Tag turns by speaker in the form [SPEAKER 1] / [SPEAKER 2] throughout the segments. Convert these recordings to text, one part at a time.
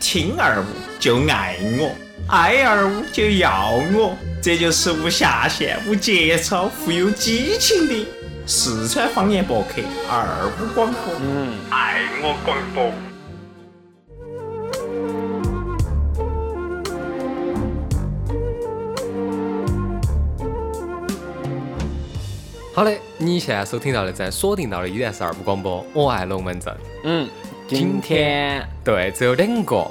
[SPEAKER 1] 亲二五就爱我，爱二五就要我，这就是无下限、无节操、富有激情的四川方言博客二五广播。嗯，爱我广播。
[SPEAKER 2] 好嘞，你现在收听到的在锁定到的依然是二部啊广播，我爱龙门阵。
[SPEAKER 3] 嗯，今天
[SPEAKER 2] 对，只有两个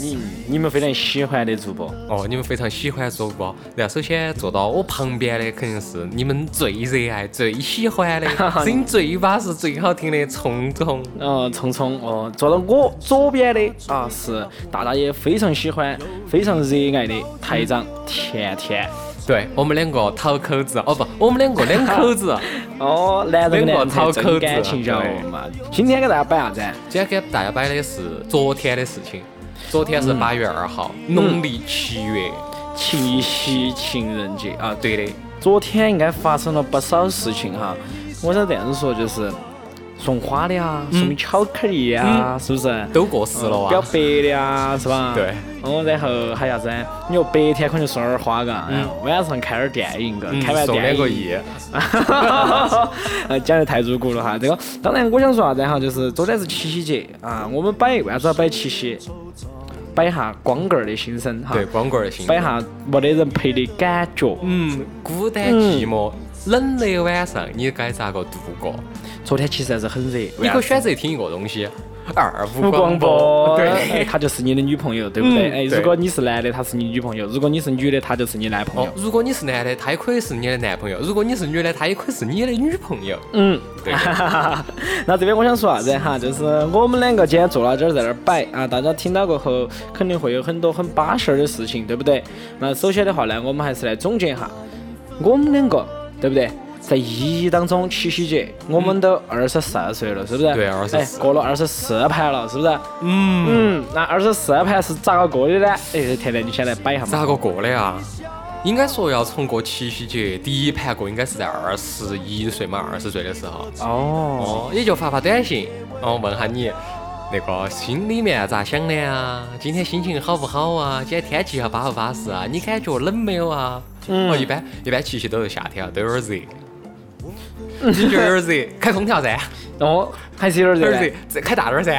[SPEAKER 3] 你你们非常喜欢的主播，
[SPEAKER 2] 哦，你们非常喜欢主播。然后啊首先坐到我旁边的肯定是你们最热爱、最喜欢的、声音最巴适、最好听的聪聪。
[SPEAKER 3] 嗯，聪聪哦，坐到我左边的啊是大大也非常喜欢、非常热爱的台长甜甜。
[SPEAKER 2] 对我们两个讨口子，哦不，我们两个两口子。
[SPEAKER 3] 哦，男
[SPEAKER 2] 两
[SPEAKER 3] 人跟
[SPEAKER 2] 个
[SPEAKER 3] 男人
[SPEAKER 2] 讨
[SPEAKER 3] 才
[SPEAKER 2] 口子
[SPEAKER 3] 真感情 交
[SPEAKER 2] 对
[SPEAKER 3] 嘛。今天给大家摆啥子啊？
[SPEAKER 2] 今天给大家摆的是昨天的事情，昨天是八月二号，农历七月。
[SPEAKER 3] 七夕情人节啊，
[SPEAKER 2] 对的，
[SPEAKER 3] 昨天应该发生了不少事情哈。我想这样子说，就是送花的啊，
[SPEAKER 2] 嗯
[SPEAKER 3] 送巧克力啊，是不是？
[SPEAKER 2] 都过时了
[SPEAKER 3] 嗯
[SPEAKER 2] 哇、
[SPEAKER 3] 表白的啊，是吧？
[SPEAKER 2] 对。
[SPEAKER 3] 哦，然后还有啥子？你说白天可能就送点花嘎，哎然后晚上看点电影嘎
[SPEAKER 2] 嗯，
[SPEAKER 3] 看完
[SPEAKER 2] 送
[SPEAKER 3] 电
[SPEAKER 2] 两个
[SPEAKER 3] 影
[SPEAKER 2] 亿。
[SPEAKER 3] 呃，讲得太入骨了哈。这个当然我想说啥子哈，就是昨天是七夕节啊，我们摆为啥子要摆七夕？摆一下光棍儿的心声哈，
[SPEAKER 2] 对，光棍儿的心。
[SPEAKER 3] 摆一下没得人陪的感觉。
[SPEAKER 2] 嗯，孤单寂寞、冷的晚上，你该咋个度过？
[SPEAKER 3] 昨天其实还是很热，
[SPEAKER 2] 你可以选
[SPEAKER 3] 择
[SPEAKER 2] 择听一个东西，二五
[SPEAKER 3] 不广播，
[SPEAKER 2] 对。
[SPEAKER 3] 她哎就是你的女朋友，对不对？
[SPEAKER 2] 嗯
[SPEAKER 3] 哎，
[SPEAKER 2] 对
[SPEAKER 3] 如果你是男的，她是你女朋友；如果你是女的，她就是你男朋
[SPEAKER 2] 哦
[SPEAKER 3] 友，。
[SPEAKER 2] 如果你是男的，他也可以是你的男朋友；如果你是女的，他也可以是你的女朋友。
[SPEAKER 3] 嗯，
[SPEAKER 2] 对，
[SPEAKER 3] 那这边我想说啥子哈，就是我们两个今天坐到这儿在那儿摆啊，大家听到过后肯定会有很多很巴适儿的事情，对不对？那首先的话呢，我们还是来总结一下，我们两个对不对？在意义当中，七夕节我们都二十四岁了，是不是？
[SPEAKER 2] 对24
[SPEAKER 3] 哎过了二十四盘了，是不是？
[SPEAKER 2] 嗯，
[SPEAKER 3] 嗯，那二十四盘是咋个过的呢？哎，甜甜，你先来摆一下嘛。
[SPEAKER 2] 咋个过的呀？应该说要从过七夕节第一盘过，应该是在二十一岁嘛，二十岁的时候。
[SPEAKER 3] 哦，
[SPEAKER 2] 哦，也就发发短信，哦，问下你那个心里面咋想的啊？今天心情好不好啊？今天天气要巴不巴适啊？你感觉冷没有啊？哦，一般一般七夕都是夏天啊，都有点热。你觉得有 点热，开空调噻，
[SPEAKER 3] 哦，还是有
[SPEAKER 2] 有
[SPEAKER 3] 点
[SPEAKER 2] 点
[SPEAKER 3] 热
[SPEAKER 2] 热。，再开大点儿噻。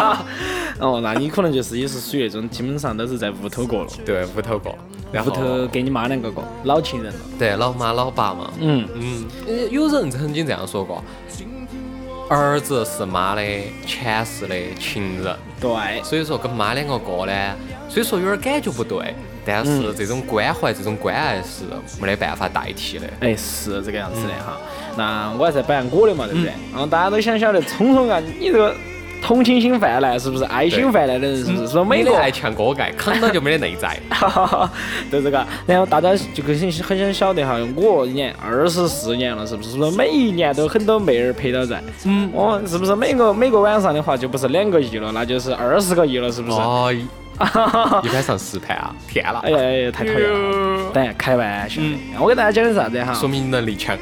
[SPEAKER 3] 哦，那你可能就是也是属于那种基本上都是在屋头过了。
[SPEAKER 2] 对，屋头过，然
[SPEAKER 3] 屋
[SPEAKER 2] 后
[SPEAKER 3] 头给你妈两个过，老情人了。
[SPEAKER 2] 对老妈老爸嘛，
[SPEAKER 3] 嗯，
[SPEAKER 2] 嗯，呃有人曾经这样说过，儿子是妈的前世的情人。
[SPEAKER 3] 对，
[SPEAKER 2] 所以说跟妈两个过呢，虽说有点感觉不对，但是这种关怀、这种关爱是没得办法代替的。
[SPEAKER 3] 哎，是这个样子的哈。那我还在摆我的嘛，对不对？然后大家都想晓得，聪聪啊，你这个同情心泛滥，是不是爱心泛滥的人，是不是？说
[SPEAKER 2] 没
[SPEAKER 3] 每嗯个
[SPEAKER 2] 得爱强锅盖，扛到就没得内在。
[SPEAKER 3] 对这个，然后大家就很想很想晓得哈，我一年二十四年了，是不是？是不是每一年都有很多妹儿陪到在？
[SPEAKER 2] 嗯，
[SPEAKER 3] 哦，是不是每个每个晚上的话，就不是两个亿了，那就是二十个亿 了，是不是？
[SPEAKER 2] 哦，一一盘上十盘啊！天啦
[SPEAKER 3] 哎，呀，哎呀，太讨厌了！当然开玩笑的，我给大家讲的是啥子哈？
[SPEAKER 2] 哎嗯说明能力强。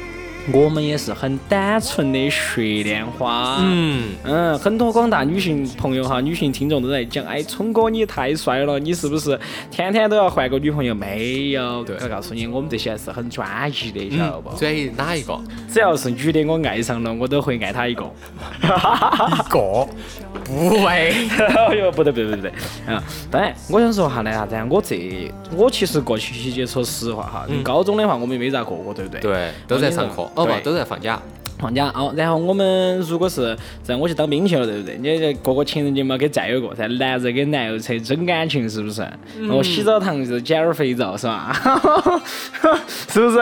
[SPEAKER 3] 我们也是很单纯的雪莲花。
[SPEAKER 2] 嗯，
[SPEAKER 3] 嗯很多广大女性朋友哈，女性听众都在讲，哎，聪哥你太帅了，你是不是天天都要换个女朋友？没有，
[SPEAKER 2] 对
[SPEAKER 3] 我告诉你，我们这些还是很专一的，晓得
[SPEAKER 2] 嗯
[SPEAKER 3] 不？
[SPEAKER 2] 转移哪一个？
[SPEAKER 3] 只要是女的，我爱上了，我都会爱她一个。
[SPEAKER 2] 一个，不为。
[SPEAKER 3] 哎呦，不对不对不对，嗯，当然，我想说哈呢啥子啊？我这我其实过七夕节，说实话哈，高中的话我们也没咋过过，对不对？
[SPEAKER 2] 嗯对，都在上课，哦不
[SPEAKER 3] 对，
[SPEAKER 2] 都在放假。
[SPEAKER 3] 放假哦，然后我们如果是让我去当兵去了，对不对？你这过个情人节嘛，给战友过噻，男人跟男友才真感情，是不是？哦，洗澡堂就是捡点儿肥皂，是吧？ 是不是？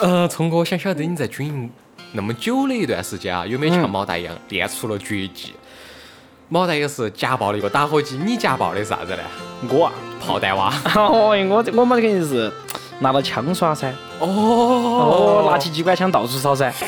[SPEAKER 2] 呃，聪哥想晓得你在军营那么久的一段时间啊，有没有像毛大一样练出了绝技？毛大也是夹爆了一个打火机，你夹爆的是啥子呢？
[SPEAKER 3] 我啊，
[SPEAKER 2] 炮弹蛙。
[SPEAKER 3] 哦，我这我们肯定是拿到枪耍噻，哦，
[SPEAKER 2] 哦
[SPEAKER 3] 拿起机关枪到处烧噻。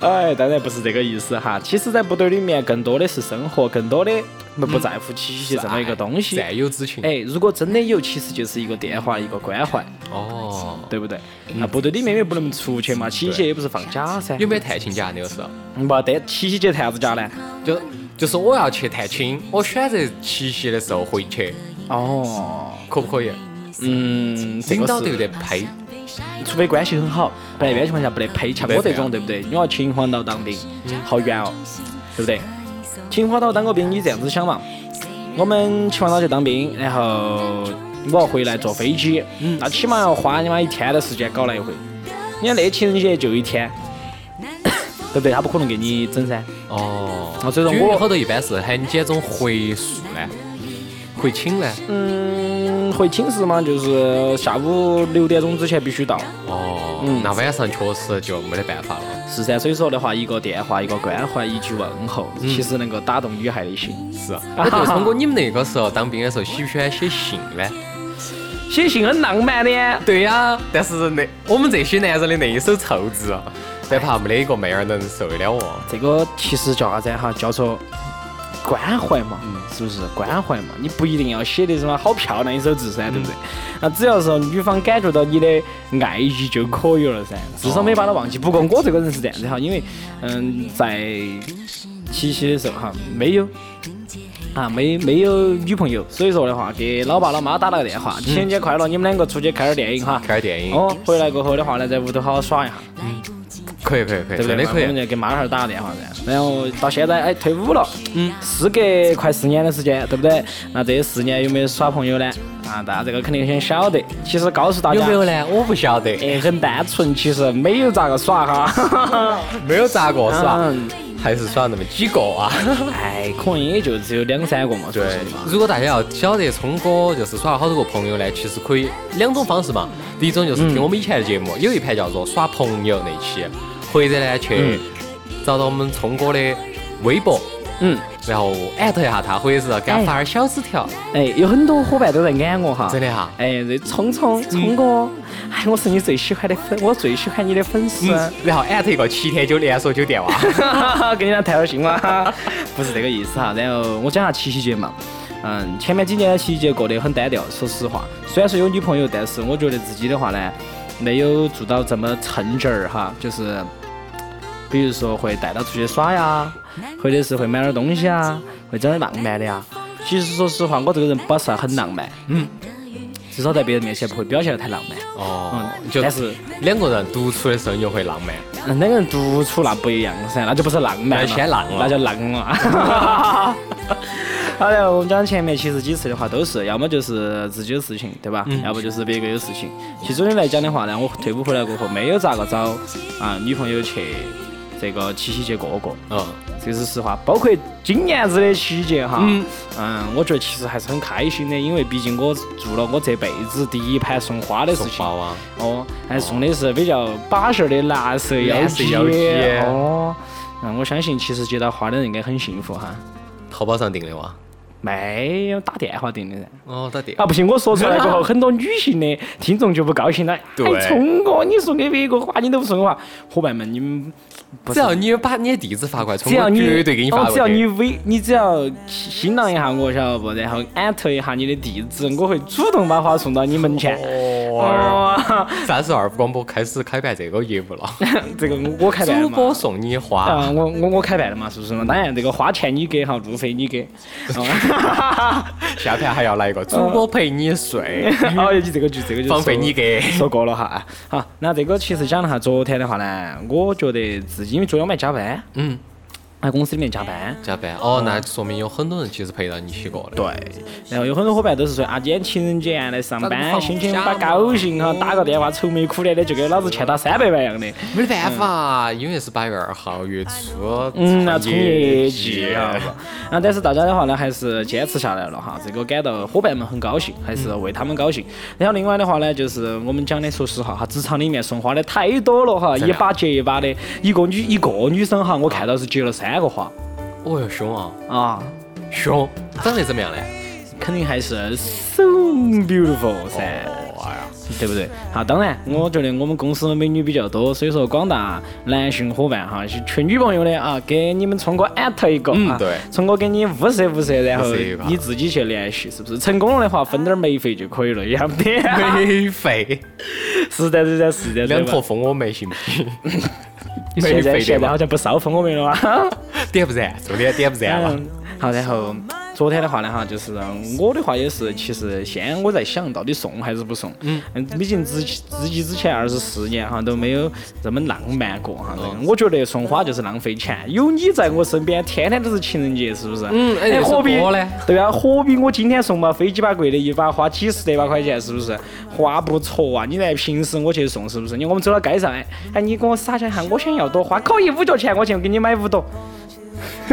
[SPEAKER 3] 哎，当然不是这个意思哈。其实，在部队里面，更多的是生活，更多的不不在乎七夕节这么一个东西。
[SPEAKER 2] 战友之情。
[SPEAKER 3] 哎，如果真的有，其实就是一个电话，一个关怀，
[SPEAKER 2] 哦，
[SPEAKER 3] 对不对？那部队里面也不能出去嘛，七夕节也不是放假噻嗯
[SPEAKER 2] 有。没有探亲假那个时候？
[SPEAKER 3] 没得七夕节谈啥子假呢？
[SPEAKER 2] 就就是我要去探亲，我选择七夕的时候回去，
[SPEAKER 3] 哦，
[SPEAKER 2] 可不可以？
[SPEAKER 3] 嗯，这
[SPEAKER 2] 领
[SPEAKER 3] 个
[SPEAKER 2] 导
[SPEAKER 3] 是
[SPEAKER 2] 对不对？呸！
[SPEAKER 3] 除非关系很好，不然一般情况下不得配。像我这种，对不对？你要秦皇岛当兵，
[SPEAKER 2] 嗯
[SPEAKER 3] 好远哦，对不对？秦皇岛当个兵，你这样子想嘛？我们秦皇岛去当兵，然后我要回来坐飞机，
[SPEAKER 2] 嗯
[SPEAKER 3] 那起码要花你妈一天的时间搞来回。你看那情人节就一天，对不对？他不可能给你整噻。
[SPEAKER 2] 哦，
[SPEAKER 3] 啊所以说
[SPEAKER 2] 军
[SPEAKER 3] 我
[SPEAKER 2] 人好多一般是喊你几点钟回宿呢？回寝呢？
[SPEAKER 3] 嗯，回寝室嘛，就是下午六点钟之前必须到。
[SPEAKER 2] 哦，
[SPEAKER 3] 嗯
[SPEAKER 2] 那晚上确实就没得办法 了。
[SPEAKER 3] 是噻，所以说的话，一个电话，一个关怀，一句问候，其实能够打动女孩的心。啊
[SPEAKER 2] 是，哎，就聪哥，你们那个时候当兵的时候，喜不喜欢写信呢？
[SPEAKER 3] 写信很浪漫的，
[SPEAKER 2] 对呀、但是那我们这些男人的那一手臭字啊，在怕没得一个妹儿能受得了哦。
[SPEAKER 3] 这个其实叫啥子哈？叫做关怀嘛，
[SPEAKER 2] 嗯
[SPEAKER 3] 是不是？关怀嘛，你不一定要写的什么好漂亮一手字噻，对不对？
[SPEAKER 2] 嗯
[SPEAKER 3] 那只要是女方感觉到你的爱意就可以了噻，至少没
[SPEAKER 2] 哦
[SPEAKER 3] 把她忘记。不过我这个人是这样的哈，因为嗯，在七夕的时候哈，没有。啊，没没有女朋友，所以说的话，给老爸老妈打了个电话，情人节快乐，你们两个出去看点电影哈。
[SPEAKER 2] 看电影，
[SPEAKER 3] 哦，回来过后的话呢，在屋头好好耍一下，
[SPEAKER 2] 可以可以可以，
[SPEAKER 3] 对不
[SPEAKER 2] 真
[SPEAKER 3] 对
[SPEAKER 2] 的
[SPEAKER 3] 嘛？
[SPEAKER 2] 可
[SPEAKER 3] 我们
[SPEAKER 2] 以。
[SPEAKER 3] 就给妈老汉儿打个电话噻。然后到现在，哎，退伍了，嗯，事隔快四年的时间，对不对？那这四年有没有耍朋友呢？啊，大家这个肯定先晓得。其实告诉大家，
[SPEAKER 2] 有没有？呢？啊我不晓得，
[SPEAKER 3] 哎，很单纯，其实没有咋个耍 哈。
[SPEAKER 2] 没有咋个是吧
[SPEAKER 3] 嗯？
[SPEAKER 2] 还是耍那么几个 啊？
[SPEAKER 3] 哎，可能也就只有两三个嘛，说
[SPEAKER 2] 对
[SPEAKER 3] 实话，
[SPEAKER 2] 如果大家要晓得聪哥就是耍了好多个朋友呢，其实可以两种方式嘛。第一种就是
[SPEAKER 3] 嗯
[SPEAKER 2] 听我们以前的节目，有一盘叫做耍朋友那期，或者呢去找到我们聪哥的微博，
[SPEAKER 3] 嗯，
[SPEAKER 2] 然后艾特一下他，或者是给他
[SPEAKER 3] 哎
[SPEAKER 2] 发点小纸条，
[SPEAKER 3] 哎，有很多伙伴都在安我哈。
[SPEAKER 2] 真的哈。
[SPEAKER 3] 哎，这聪聪聪哥，哎，我是你最喜欢的粉，我最喜欢你的粉丝。
[SPEAKER 2] 嗯，然后艾特一个七天酒连锁酒店哇，
[SPEAKER 3] 跟你俩谈会儿心嘛， 不是这个意思哈。然后我讲下七夕节嘛，嗯，前面几年的七夕节过得很单调，说实话，虽然说有女朋友，但是我觉得自己的话呢，没有做到这么称职儿哈，就是比如说会带她出去耍呀，或者是会买点儿东西啊，会整点浪漫的呀。其实说实话，我这个人不是很浪漫，嗯，至少在别人面前不会表现得太浪漫。
[SPEAKER 2] 哦
[SPEAKER 3] 嗯，
[SPEAKER 2] 就
[SPEAKER 3] 但是
[SPEAKER 2] 两个人独处的时候你就会浪漫，
[SPEAKER 3] 嗯，两个人独处那不一样噻，那就不是浪漫
[SPEAKER 2] 那先浪了
[SPEAKER 3] 那叫 浪了。好的，我们讲前面其实几次的话都是，要么就是自己的事情，对吧？
[SPEAKER 2] 嗯
[SPEAKER 3] 要不就是别个有事情。其中的来讲的话呢，我退伍回来过后没有咋个找啊女朋友去这个七夕节过过，
[SPEAKER 2] 嗯，
[SPEAKER 3] 这是实话。包括今年子的七夕节哈，
[SPEAKER 2] 嗯
[SPEAKER 3] 嗯我觉得其实还是很开心的，因为毕竟我做了我这辈子第一盘送花的事
[SPEAKER 2] 送
[SPEAKER 3] 情。
[SPEAKER 2] 花哇，
[SPEAKER 3] 哦，还送的是比较把式儿的蓝色妖
[SPEAKER 2] 蓝色
[SPEAKER 3] 姬
[SPEAKER 2] 妖姬
[SPEAKER 3] 哦。那我相信，其实接到花的人应该很幸福哈。
[SPEAKER 2] 淘宝上订啊的哇，
[SPEAKER 3] 没有打电话订的人
[SPEAKER 2] 哦，打电
[SPEAKER 3] 啊，不行，我说出来 过后，很多女性的听众就不高兴了。
[SPEAKER 2] 对
[SPEAKER 3] 哎，聪哥，你送给别个花，你都不送我花，伙伴们，你们不
[SPEAKER 2] 只
[SPEAKER 3] 是
[SPEAKER 2] 要你把你的地址发过来，聪
[SPEAKER 3] 只要
[SPEAKER 2] 哥
[SPEAKER 3] 你
[SPEAKER 2] 绝对给你发
[SPEAKER 3] 哦
[SPEAKER 2] 过去。
[SPEAKER 3] 只要你微，你只要新浪一下我，晓得不？然后艾特一下你的地址，我会主动把花送到你门前。
[SPEAKER 2] 哦，
[SPEAKER 3] 哦，
[SPEAKER 2] 三十二广播开始开办这个业 务了，
[SPEAKER 3] 这个我我开办
[SPEAKER 2] 主
[SPEAKER 3] 了嘛
[SPEAKER 2] 播送你花，
[SPEAKER 3] 啊，我我我开办的嘛，是不是嘛？当然，这个花钱 你给哈，路费你给。哦，
[SPEAKER 2] 下盘还要来一个主播陪你睡，
[SPEAKER 3] 哦你这个就这个就
[SPEAKER 2] 房费
[SPEAKER 3] 说
[SPEAKER 2] 你 给。
[SPEAKER 3] 说过了哈。啊好，那这个其实讲了哈，昨天的话呢，我觉得自己因为昨天我们还加班，
[SPEAKER 2] 嗯，
[SPEAKER 3] 在公司里面加班。
[SPEAKER 2] 加班哦，那说明有很多人其实陪到你一起过的。
[SPEAKER 3] 对，然后有很多伙伴都是说啊，今天情人节啊来上
[SPEAKER 2] 那就
[SPEAKER 3] 班，
[SPEAKER 2] 放
[SPEAKER 3] 心情
[SPEAKER 2] 假
[SPEAKER 3] 不
[SPEAKER 2] 嘛
[SPEAKER 3] 高兴哈，打个电话愁眉苦脸的，就跟老子欠他三百万一样的。
[SPEAKER 2] 没得办法，因为是八月二号月初，
[SPEAKER 3] 嗯，那
[SPEAKER 2] 冲
[SPEAKER 3] 冲业绩
[SPEAKER 2] 绩
[SPEAKER 3] 啊，啊，但是大家的话呢，还是坚持下来了哈，这个感到伙伴们很高兴，还是为他们高兴。然后另外的话呢，就是我们讲的，说实话哈，职场里面送花的太多了哈，
[SPEAKER 2] 真
[SPEAKER 3] 一
[SPEAKER 2] 的
[SPEAKER 3] 把接一把的，一个女一个女生哈，我看到是接了三个花
[SPEAKER 2] 哦哟，凶啊，
[SPEAKER 3] 啊，
[SPEAKER 2] 凶，长得怎么样嘞？
[SPEAKER 3] 肯定还是 so beautiful 噻。
[SPEAKER 2] 哇呀，
[SPEAKER 3] 对不对？好，当然，我觉得我们公司美女比较多，所以说广大男性伙伴哈，去缺女朋友的啊，给你们聪哥艾特一个，
[SPEAKER 2] 嗯
[SPEAKER 3] 啊
[SPEAKER 2] 对
[SPEAKER 3] 聪哥给你物色物色，然后
[SPEAKER 2] 物色一个
[SPEAKER 3] 你自己去联系，是不是？成功了的话，分点煤费就可以了，要不得， 啊
[SPEAKER 2] 没费，
[SPEAKER 3] 是的，是的，是的，
[SPEAKER 2] 两
[SPEAKER 3] 对吧
[SPEAKER 2] 坨蜂窝煤行不行？没
[SPEAKER 3] 现在
[SPEAKER 2] 费
[SPEAKER 3] 现
[SPEAKER 2] 的
[SPEAKER 3] 在好
[SPEAKER 2] 嘛，
[SPEAKER 3] 像不烧蜂窝煤了啊，
[SPEAKER 2] 点不燃，重点点不燃了。
[SPEAKER 3] 嗯，好，然后昨天的话呢，哈，就是嗯我的话也是，其实先我在想到底送还是不送。嗯，毕竟自己自己之前二十四年哈都没有这么浪漫过哈，我觉得送花就是浪费钱。有你在我身边，天天都是情人节，是不是？
[SPEAKER 2] 嗯哎
[SPEAKER 3] 哎，
[SPEAKER 2] 又是
[SPEAKER 3] 何必
[SPEAKER 2] 我呢
[SPEAKER 3] 对啊，何必我今天送嘛飞机把贵的一把花几十得把块钱，是不是？花不错啊！你来平时我去送，是不是？你我们走到街上，哎，哎，你给我撒钱哈，我想要朵花，可以五角钱，我去给你买五朵。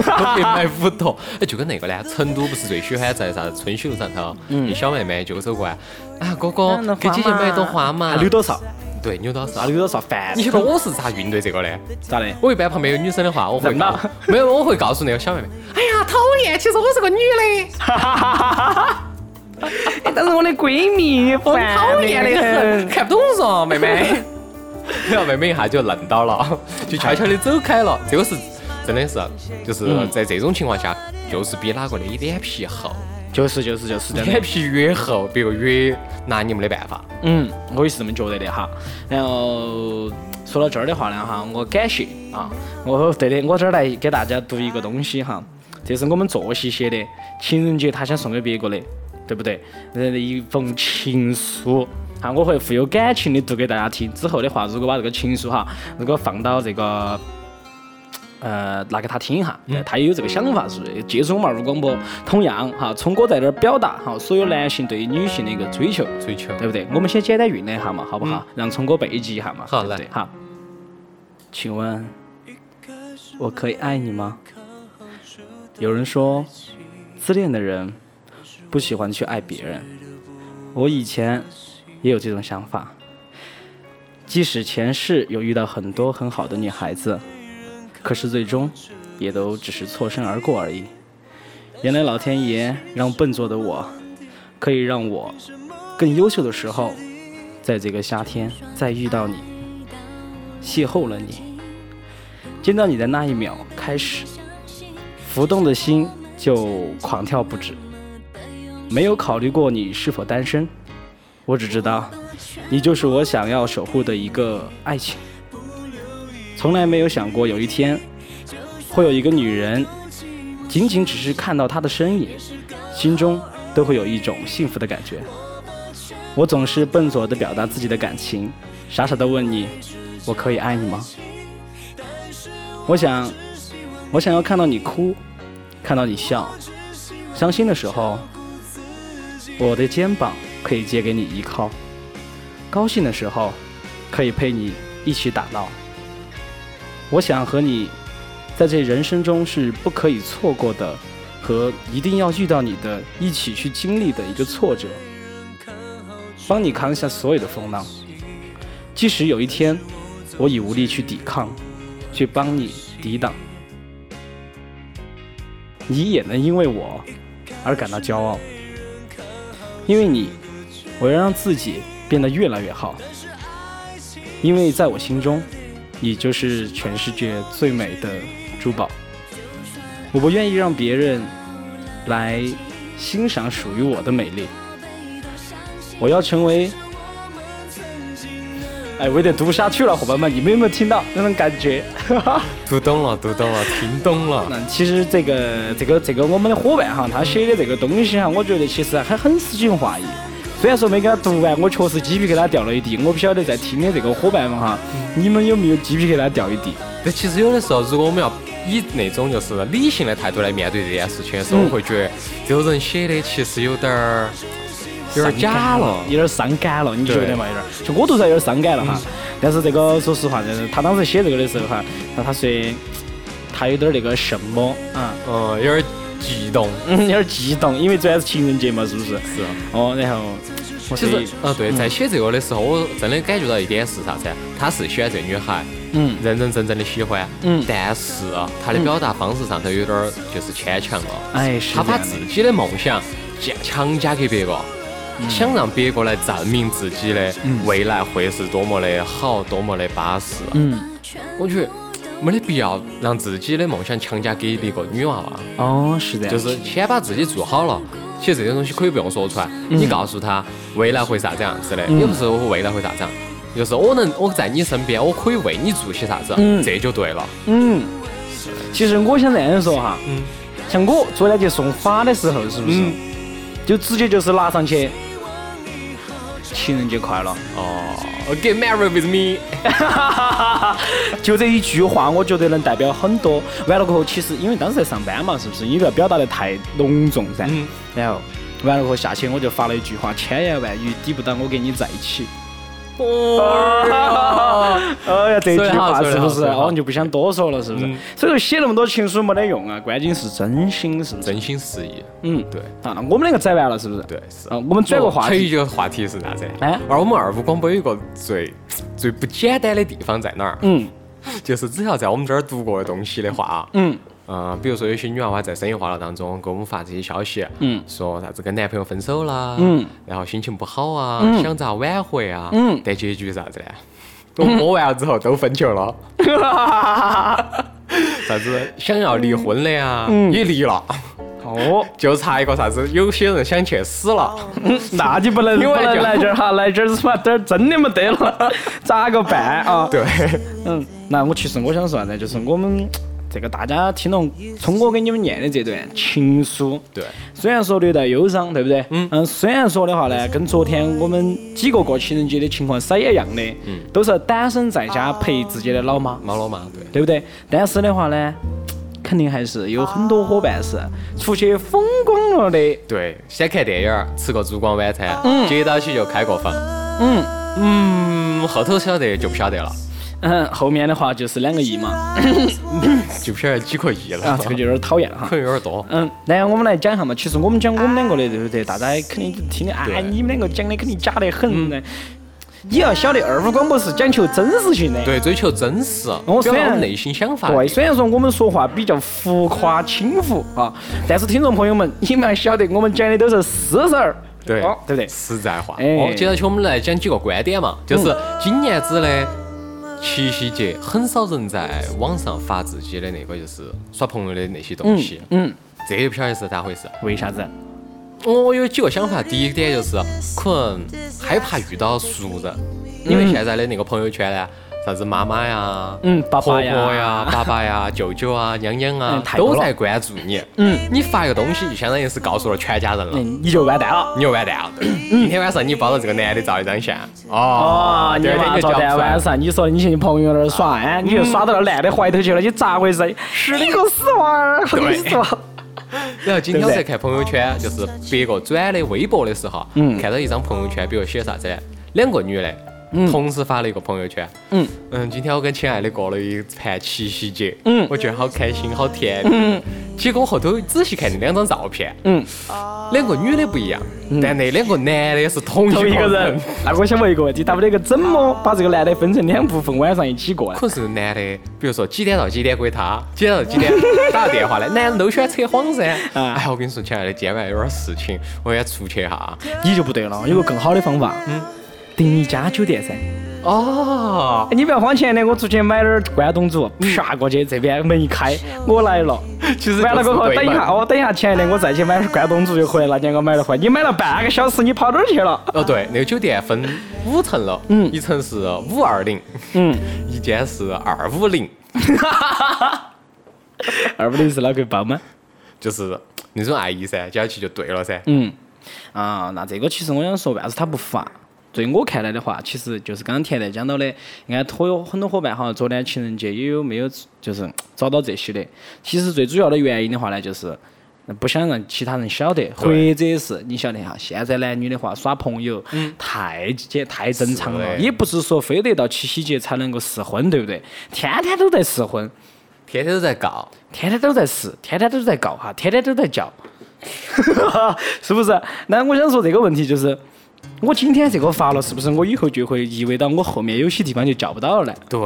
[SPEAKER 2] 都别买五朵。哎，就跟那个呢，成都不是最喜欢在啥子春秀上头，一小妹妹就走过来，啊哥哥
[SPEAKER 3] 那花
[SPEAKER 2] 给姐姐买一朵
[SPEAKER 3] 嘛
[SPEAKER 2] 花嘛，啊
[SPEAKER 3] 啊扭多少？
[SPEAKER 2] 对，扭到
[SPEAKER 3] 那
[SPEAKER 2] 啥？
[SPEAKER 3] 扭多少烦？
[SPEAKER 2] 你晓得我是咋应对这个的？
[SPEAKER 3] 咋的？
[SPEAKER 2] 我一般旁边有女生的话，我会
[SPEAKER 3] 人呐
[SPEAKER 2] 告，没有，我会告诉那个小妹 妹，哎呀，讨厌，其实我是个女的，
[SPEAKER 3] 但是我的闺蜜，
[SPEAKER 2] 我
[SPEAKER 3] 我
[SPEAKER 2] 讨厌的很，。看不懂嗦，妹 妹。然后妹妹一下就愣到了，就悄悄的走开了。这个是真的是，就是在这种情况下，就是比哪个的脸皮厚，
[SPEAKER 3] 就是就是就是这
[SPEAKER 2] 脸
[SPEAKER 3] 样。
[SPEAKER 2] 皮越厚，别个越拿你没得办法。
[SPEAKER 3] 嗯，我也是这么觉得的哈。然后嗯说到这儿的话呢，哈，我感谢啊，我对的，我这儿来给大家读一个东西哈，这是我们作息写的，情人节他想送给别个的，对不对？呃，一封情书。哈，我会富有感情的读给大家听。之后的话，如果把这个情书哈，如果放到这个呃，拿给他听一下，呃他也有这个想法，是不是借助我们二五广播，同样哈，聪哥在这儿表达哈，所有男性对于女性的一个追求，
[SPEAKER 2] 追求
[SPEAKER 3] 对不对？我们先简单酝酿一下嘛，好不好？让聪哥背记一下嘛，
[SPEAKER 2] 好
[SPEAKER 3] 对不对
[SPEAKER 2] 来
[SPEAKER 3] 好。请问，我可以爱你吗？有人说，自恋的人不喜欢去爱别人。我以前也有这种想法，即使前世有遇到很多很好的女孩子，可是最终也都只是错身而过而已。原来老天爷让笨拙的我，可以让我更优秀的时候，在这个夏天再遇到你，邂逅了你，见到你的那一秒开始，浮动的心就狂跳不止。没有考虑过你是否单身，我只知道，你就是我想要守护的一个爱情。从来没有想过有一天，会有一个女人，仅仅只是看到她的身影，心中都会有一种幸福的感觉。我总是笨拙地表达自己的感情，傻傻地问你：“我可以爱你吗？”我想，我想要看到你哭，看到你笑，伤心的时候，我的肩膀可以借给你依靠；高兴的时候，可以陪你一起打闹。我想和你，在这人生中是不可以错过的，和一定要遇到你的，一起去经历的一个挫折。帮你扛下所有的风浪。即使有一天我已无力去抵抗，去帮你抵挡，你也能因为我而感到骄傲。因为你，我要让自己变得越来越好。因为在我心中，你就是全世界最美的珠宝。我不愿意让别人来欣赏属于我的美丽。我要成为。哎，我有点读不下去了，伙伴们，你们有没有听到那种感觉？
[SPEAKER 2] 读懂了，读懂了，听懂了。
[SPEAKER 3] 那其实这个这个这个我们的伙伴哈，他写的这个东西哈，我觉得其实还很诗情画意。虽然说没给他读完，我确实鸡皮疙瘩掉了一地。我不晓得在听的这个伙伴们哈，你们有没有鸡皮疙瘩掉一地？
[SPEAKER 2] 但其实有的时候，如果我们要以那种就是理性的态度来面对这件事情的时候，
[SPEAKER 3] 嗯
[SPEAKER 2] 我会觉得这个人写的其实有点儿，有点儿假了。
[SPEAKER 3] 有点伤感了，你觉得嘛？有点儿，就我读出来有点伤感了哈。
[SPEAKER 2] 嗯
[SPEAKER 3] 但是这个说实话，就是他当时写这个的时候哈，那他说他有点儿那个什么啊。
[SPEAKER 2] 嗯，有点激动。
[SPEAKER 3] 嗯，有点激动，因为主要是情人节嘛，是不是？
[SPEAKER 2] 是。啊
[SPEAKER 3] 哦，然后我
[SPEAKER 2] 其实
[SPEAKER 3] 是，
[SPEAKER 2] 嗯，对，在写这个的时候，我真的感觉到一点是啥子？他是喜欢这个女孩，
[SPEAKER 3] 嗯
[SPEAKER 2] 认认真真的喜欢，
[SPEAKER 3] 嗯
[SPEAKER 2] 但是啊他的表达方式上头有点儿就是牵强了。
[SPEAKER 3] 哎是
[SPEAKER 2] 他把
[SPEAKER 3] 这样的
[SPEAKER 2] 自己的梦想加强加给别个，
[SPEAKER 3] 嗯
[SPEAKER 2] 想让别个来证明自己的未来会是多么的好，多么的巴适。
[SPEAKER 3] 嗯，
[SPEAKER 2] 我觉得没得必要让自己的梦想强加给一个女娃娃。
[SPEAKER 3] 哦，是这样，
[SPEAKER 2] 就是先把自己做好了。其实这些东西可以不用说出来，
[SPEAKER 3] 嗯
[SPEAKER 2] 你告诉他未来会啥子样子的，也不是我未来会啥子样，就是我能我在你身边，我可以为你做些啥子，这就对了。
[SPEAKER 3] 嗯，其实我想这样说哈，
[SPEAKER 2] 嗯
[SPEAKER 3] 像我昨天去送法的时候，是不是、
[SPEAKER 2] 嗯
[SPEAKER 3] 就直接就是拿上去，情人节快乐，
[SPEAKER 2] 哦，Get married with me，
[SPEAKER 3] 就这一句话，我觉得能代表很多。完了过后，其实因为当时在上班嘛，是不是？你不要表达得太隆重噻。
[SPEAKER 2] 嗯
[SPEAKER 3] 然后完了过后下去，我就发了一句话：千言万语抵不到我跟你在一起。
[SPEAKER 2] 哦，
[SPEAKER 3] 哎呀，这句话
[SPEAKER 2] 说
[SPEAKER 3] 是
[SPEAKER 2] 得好
[SPEAKER 3] 不
[SPEAKER 2] 说
[SPEAKER 3] 是？
[SPEAKER 2] 得好
[SPEAKER 3] 哦，你就不想多说了，是不是
[SPEAKER 2] 嗯？
[SPEAKER 3] 所以说写那么多情书没得用啊，关键是真心，是不是？
[SPEAKER 2] 真心实意，
[SPEAKER 3] 嗯，
[SPEAKER 2] 对
[SPEAKER 3] 啊，那我们两个宰完了，是不是？
[SPEAKER 2] 对是
[SPEAKER 3] 啊，。我 们转个话
[SPEAKER 2] 还有
[SPEAKER 3] 题。
[SPEAKER 2] 一个话题是啥子？
[SPEAKER 3] 哎
[SPEAKER 2] 而我们二五广播有一个最最不简单的地方在哪儿？
[SPEAKER 3] 嗯
[SPEAKER 2] 就是只要在我们这儿读过的东西的话，
[SPEAKER 3] 嗯
[SPEAKER 2] 嗯，比如说有些女娃娃在深夜话痨当中给我们发这些消息，
[SPEAKER 3] 嗯
[SPEAKER 2] 说啥子跟男朋友分手啦，
[SPEAKER 3] 嗯，
[SPEAKER 2] 然后心情不好啊，想咋挽回啊，
[SPEAKER 3] 嗯
[SPEAKER 2] 但结局是啥子呢？都播完了之后都分球 了，哦啥子想要离婚的呀，
[SPEAKER 3] 嗯
[SPEAKER 2] 也离了，
[SPEAKER 3] 哦，
[SPEAKER 2] 就差一个啥子，有些人想去死了，
[SPEAKER 3] 那你不能
[SPEAKER 2] 另
[SPEAKER 3] 不
[SPEAKER 2] 外一
[SPEAKER 3] 能
[SPEAKER 2] 个
[SPEAKER 3] 来 这儿哈，来这儿他妈点儿真的没得了， 咋个办啊？
[SPEAKER 2] 对，
[SPEAKER 3] 嗯，那我其实我想说啥呢？就是我们这个大家听了聪哥给你们念的这段情书，
[SPEAKER 2] 对，
[SPEAKER 3] 虽然说略带忧伤，对不对？
[SPEAKER 2] 嗯
[SPEAKER 3] 虽然说的话呢，跟昨天我们几个过情人节的情况是一样的，
[SPEAKER 2] 嗯
[SPEAKER 3] 都是单身在家陪自己的老妈，
[SPEAKER 2] 猫了嘛，对，
[SPEAKER 3] 对不对？但是的话呢，肯定还是有很多伙伴是出去风光了的，
[SPEAKER 2] 对，先看电影儿，吃个烛光晚餐，接到起就开个房，
[SPEAKER 3] 嗯。
[SPEAKER 2] 嗯，后头晓得就不晓得了，
[SPEAKER 3] 嗯，后面的话就是两个亿嘛，
[SPEAKER 2] 就不晓得几个亿了，
[SPEAKER 3] 啊，这个就有点讨厌哈
[SPEAKER 2] 可。能有点多。
[SPEAKER 3] 嗯，然后我们来讲一下嘛，其实我们讲我们两个的，对不对？大家肯定就听的，哎，
[SPEAKER 2] 对嗯
[SPEAKER 3] 你们两个讲的肯定假得很呢。你要晓得，二五广播是讲求真实性的。
[SPEAKER 2] 对，追求真实，
[SPEAKER 3] 我
[SPEAKER 2] 表
[SPEAKER 3] 哦虽
[SPEAKER 2] 达
[SPEAKER 3] 然
[SPEAKER 2] 我们内心想法。
[SPEAKER 3] 对，虽然说我们说话比较浮夸轻浮啊，但是听众朋友们，你们要晓得，我们讲的都是私事儿，
[SPEAKER 2] 对
[SPEAKER 3] 哦，对不对？
[SPEAKER 2] 实在话。
[SPEAKER 3] 哎嗯
[SPEAKER 2] 哦，接下去我们来讲几个观点嘛，就是今年子的七夕节，很少人在网上发自己的那个就是耍朋友的那些东西，
[SPEAKER 3] 嗯，
[SPEAKER 2] 这也不晓得是咋回事。
[SPEAKER 3] 为啥子？
[SPEAKER 2] 我有几个想法，第一点就是可能害怕遇到熟人，因为现在的那个朋友圈呢，啥子妈妈呀。
[SPEAKER 3] 嗯，爸
[SPEAKER 2] 婆
[SPEAKER 3] 爸
[SPEAKER 2] 婆
[SPEAKER 3] 呀，
[SPEAKER 2] 呀、爸爸 呀、舅舅啊、娘娘啊
[SPEAKER 3] 嗯，太多
[SPEAKER 2] 都
[SPEAKER 3] 了
[SPEAKER 2] 在关注你。
[SPEAKER 3] 嗯，
[SPEAKER 2] 你发一个东西，就相当于是告诉了全家人了。
[SPEAKER 3] 嗯，你嗯就完蛋了。
[SPEAKER 2] 你就完蛋了。今天晚上你抱着这个男的照一张相，
[SPEAKER 3] 哦，你
[SPEAKER 2] 第二天
[SPEAKER 3] 妈
[SPEAKER 2] 就
[SPEAKER 3] 昨
[SPEAKER 2] 叫嗯
[SPEAKER 3] 天
[SPEAKER 2] 不出来
[SPEAKER 3] 晚上你说你去你朋友那儿耍，哎，你就耍到那男的怀头去了，你咋回事？是你个死娃儿，我跟你说。
[SPEAKER 2] 然后今天
[SPEAKER 3] 对不
[SPEAKER 2] 我
[SPEAKER 3] 对
[SPEAKER 2] 在看朋友圈，就是别个转的微博的时候，
[SPEAKER 3] 嗯
[SPEAKER 2] 看到一张朋友圈，比如写啥子呢？两个女的。同时发了一个朋友圈，
[SPEAKER 3] 嗯
[SPEAKER 2] 嗯，今天我跟亲爱的过了一盘七夕节，
[SPEAKER 3] 嗯
[SPEAKER 2] 我觉得好开心，好甜蜜。嗯，结果后头仔细看那两张照片，
[SPEAKER 3] 嗯，
[SPEAKER 2] 两个女的不一样，但那两个男的是同
[SPEAKER 3] 同
[SPEAKER 2] 一
[SPEAKER 3] 一个人。那我想问一个问题，他们两个怎么把这个男的分成两部分，晚上一起过啊？
[SPEAKER 2] 可能是男的，比如说几点到几点归他，几点到 几点打个电话来，男人都喜欢扯谎噻。
[SPEAKER 3] 啊
[SPEAKER 2] 哎，我跟你说，亲爱的，今晚有点事情，我先出去一下。
[SPEAKER 3] 你就不对了，有个更好的方法，嗯，订一家酒店噻。
[SPEAKER 2] 哦，
[SPEAKER 3] 哎你不要慌钱的，我出去买点儿关东煮，唰过去，这边门一开，我来 了。
[SPEAKER 2] 其实
[SPEAKER 3] 完了
[SPEAKER 2] 就是
[SPEAKER 3] 过后，
[SPEAKER 2] 对
[SPEAKER 3] 等一
[SPEAKER 2] 门
[SPEAKER 3] 下，。哦，等一下，亲爱的，我再去买点儿关东煮就可以了。结果买了回来，你买了半个小时，你跑哪儿去了？
[SPEAKER 2] 哦，对，那个酒店分五层楼，
[SPEAKER 3] 嗯
[SPEAKER 2] 一层是五二零，
[SPEAKER 3] 嗯，
[SPEAKER 2] 一间是二五零，
[SPEAKER 3] 二五零是哪个包吗？
[SPEAKER 2] 就是那种爱意噻，接下去就对了噻。
[SPEAKER 3] 嗯，啊，那这个其实我想说，为啥子他不发？对我看来的话，其实就是刚刚甜甜讲到的，应该颇有很多伙伴哈，昨天情人节也有没有就是找到这些的。其实最主要的原因的话呢，就是不想让其他人晓得，或者是你晓得哈，现在男女的话耍朋友，太简太正常
[SPEAKER 2] 嗯是
[SPEAKER 3] 了，
[SPEAKER 2] 的
[SPEAKER 3] 也不是说非得到七夕节才能够试婚，对不对？天天都在试婚，
[SPEAKER 2] 天天都在告，
[SPEAKER 3] 天天都在试，天天都在告哈，天天都在叫， 是不是？那我想说这个问题就是，我今天这个发了，是不是我以后就会意味到我后面有些地方就叫不到了呢？
[SPEAKER 2] 对，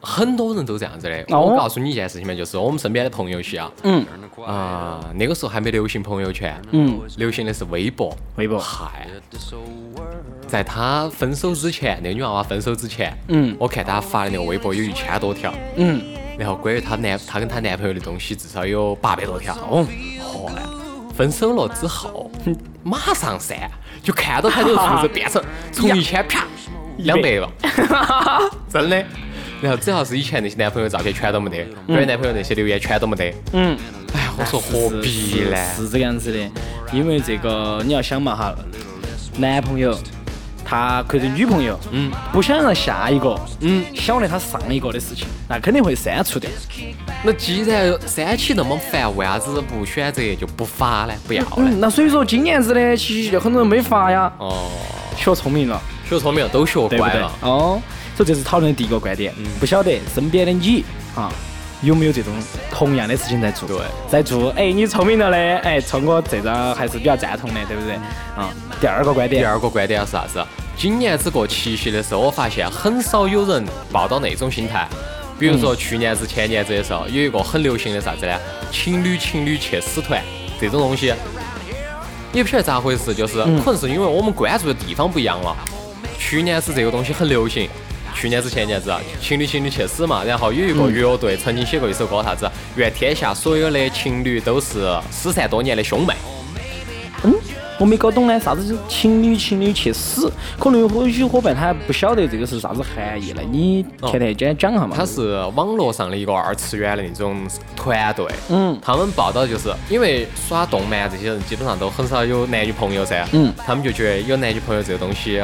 [SPEAKER 2] 很多人都这样子的。
[SPEAKER 3] 哦
[SPEAKER 2] 我告诉你一件事情嘛，就是我们身边的朋友些啊，
[SPEAKER 3] 嗯
[SPEAKER 2] 啊、那个时候还没流行朋友圈，
[SPEAKER 3] 嗯，
[SPEAKER 2] 流行的是微博。
[SPEAKER 3] 微博，
[SPEAKER 2] 嗨，在他分手之前，那个女娃娃分手之前，
[SPEAKER 3] 嗯
[SPEAKER 2] 我看她发的那个微博有一千多条，
[SPEAKER 3] 嗯，
[SPEAKER 2] 然后关于她男她跟她男朋友的东西至少有八百多条。哦，嚯嘞！分手了之后，马上删，就看 到她这个数字变成从一千啪两百了，真的。然后只要是以前那些男朋友照片全都没得，别人男朋友那些留言全都没得。
[SPEAKER 3] 嗯，
[SPEAKER 2] 哎，我说何
[SPEAKER 3] 是
[SPEAKER 2] 必
[SPEAKER 3] 是
[SPEAKER 2] 呢？
[SPEAKER 3] 是这个样子的，因为这个你要想嘛哈，男朋友他或者女朋友，嗯，不想让下一个，嗯，晓得他上一个的事情，那肯定会删除的。
[SPEAKER 2] 那既然三期那么烦，为啥子不选择就不发呢？不要呢？
[SPEAKER 3] 嗯，那所以说今年子呢，其实就很多人没发呀，
[SPEAKER 2] 哦，
[SPEAKER 3] 学聪明了，
[SPEAKER 2] 学聪明了都学
[SPEAKER 3] 对不
[SPEAKER 2] 乖
[SPEAKER 3] 对
[SPEAKER 2] 了。？嗯
[SPEAKER 3] 哦，所以这是讨论的第一个观点，不晓得身边的你啊。有没有这种同样的事情在做？
[SPEAKER 2] 对
[SPEAKER 3] 在做。哎，你聪明了嘞！哎，聪哥这个还是比较赞同的，对不对？啊，第二个观点，
[SPEAKER 2] 第二个观点是啥子？今年子过七夕的时候，我发现很少有人抱到那种心态。比如说去年子、前年子的时候，有一个很流行的啥子呢？情侣情侣去死团这种东西，也不晓得咋回事，就是、可能是因为我们关注的地方不一样了。去年子这个东西很流行，去年子、前年子啊情侣情侣去死嘛。然后有一个乐队曾经写过一首歌，啥子？愿天下所有的情侣都是失散多年的兄妹。
[SPEAKER 3] 嗯，我没搞懂呢，啥子情侣情侣去死？可能有或许伙伴他不晓得这个是啥子含义呢，你前台简单讲一下嘛。
[SPEAKER 2] 它哦是网络上的一个二次元的那种团队，
[SPEAKER 3] 嗯
[SPEAKER 2] 他们报道就是因为耍动漫这些人基本上都很少有男女朋友噻，
[SPEAKER 3] 嗯
[SPEAKER 2] 他们就觉得有男女朋友这个东西，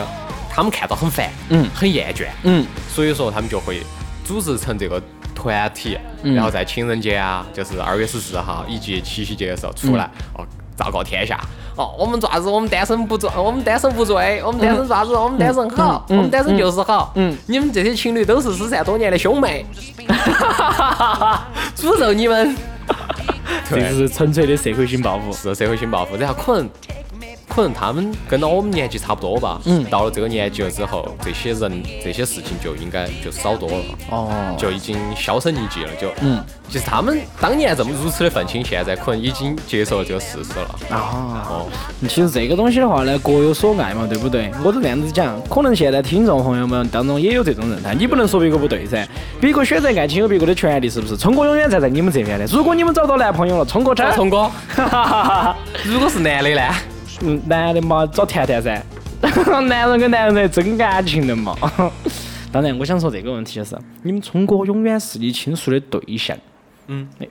[SPEAKER 2] 他们看到很烦，
[SPEAKER 3] 嗯
[SPEAKER 2] 很厌倦，
[SPEAKER 3] 嗯
[SPEAKER 2] 所以说他们就会组织成这个团体，
[SPEAKER 3] 嗯
[SPEAKER 2] 然后在情人节啊，就是二月十四号以及七夕节的时候出来，
[SPEAKER 3] 嗯
[SPEAKER 2] 哦，昭告天下。哦，我们爪子，我们单身不罪，我们单身不罪，我们单身爪子，我们单身好，我们单身就是好。
[SPEAKER 3] 嗯嗯
[SPEAKER 2] 你们这些情侣都是失散多年的兄妹，诅咒你 们！
[SPEAKER 3] 这是纯粹的社会性报复。
[SPEAKER 2] 是社会性报复，然后可能可能他们跟到我们年纪差不多吧，嗯，到了这个年纪了之后，这些人这些事情就应该就少多了，
[SPEAKER 3] 哦
[SPEAKER 2] 就已经销声匿迹了，就
[SPEAKER 3] 嗯，
[SPEAKER 2] 就是他们当年这么如此的愤青，现在可能已经接受了这个事实了。
[SPEAKER 3] 啊，
[SPEAKER 2] 哦，
[SPEAKER 3] 其实这个东西的话呢，各有所爱嘛，对不对？我都这样子讲，可能现在听众朋友们当中也有这种人，但你不能说别个不对噻。别个选择爱情有别个的权利，是不是？聪哥永远站在你们这边的。如果你们找到男朋友了，啊聪哥
[SPEAKER 2] 那
[SPEAKER 3] 找，
[SPEAKER 2] 聪哥，如果是男的呢？
[SPEAKER 3] 嗯，男的嘛，找谈谈噻。 男人跟男人在真感情的嘛。 当然，我想说这个问题就是，你们聪哥永远是你倾诉的对象。
[SPEAKER 2] 嗯
[SPEAKER 3] 哎，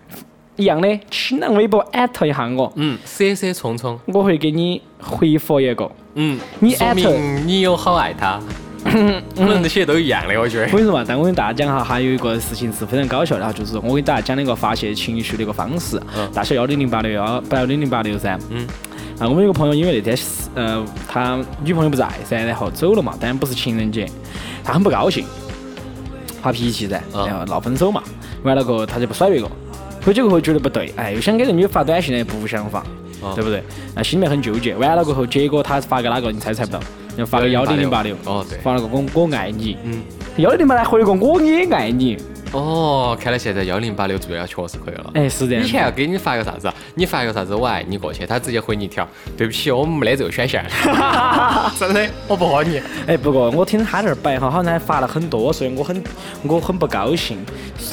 [SPEAKER 3] 一样的，新浪微博艾特一下我，
[SPEAKER 2] 嗯，色色匆匆，
[SPEAKER 3] 我会给你回复一个。
[SPEAKER 2] 嗯，
[SPEAKER 3] 你嗯
[SPEAKER 2] 说
[SPEAKER 3] at
[SPEAKER 2] 明你有好爱他，可能这些都一样的，我觉
[SPEAKER 3] 我
[SPEAKER 2] 得。
[SPEAKER 3] 跟你说嘛，但我跟大家讲哈，还有一个事情是非常搞笑的哈，就是我给大家讲了一个发泄情绪的一个方式，
[SPEAKER 2] 嗯
[SPEAKER 3] 大小幺零零八六幺八幺零零八六噻。
[SPEAKER 2] 嗯。
[SPEAKER 3] 啊，我们有个朋友因为那天是呃他女朋友不在噻，然后走了嘛，当然不是情人节，他很不高兴，发脾气噻，
[SPEAKER 2] 嗯
[SPEAKER 3] 然后闹分手嘛，完了过后他就不甩别个，回去过后觉得不对，哎，又想给这女的发短信呢，又不想发，
[SPEAKER 2] 嗯
[SPEAKER 3] 对不对？那心里面很纠结，完了过后结果他发给哪个你猜猜不到，要发给幺零零八六，
[SPEAKER 2] 哦对
[SPEAKER 3] 发了个我我爱你，
[SPEAKER 2] 嗯，
[SPEAKER 3] 幺零八来回了个我也爱你，
[SPEAKER 2] 哦，看来现在幺零八六做的确实可以了。
[SPEAKER 3] 哎，是这样
[SPEAKER 2] 以
[SPEAKER 3] 子。
[SPEAKER 2] 前要给你发个啥子啊？你发个啥子我爱你过去，他直接回你一条，对不起，我们没得这个 选项。真的，我不和你。
[SPEAKER 3] 哎，不过我听他那儿摆哈，好像还发了很多，所以我很我很不高兴。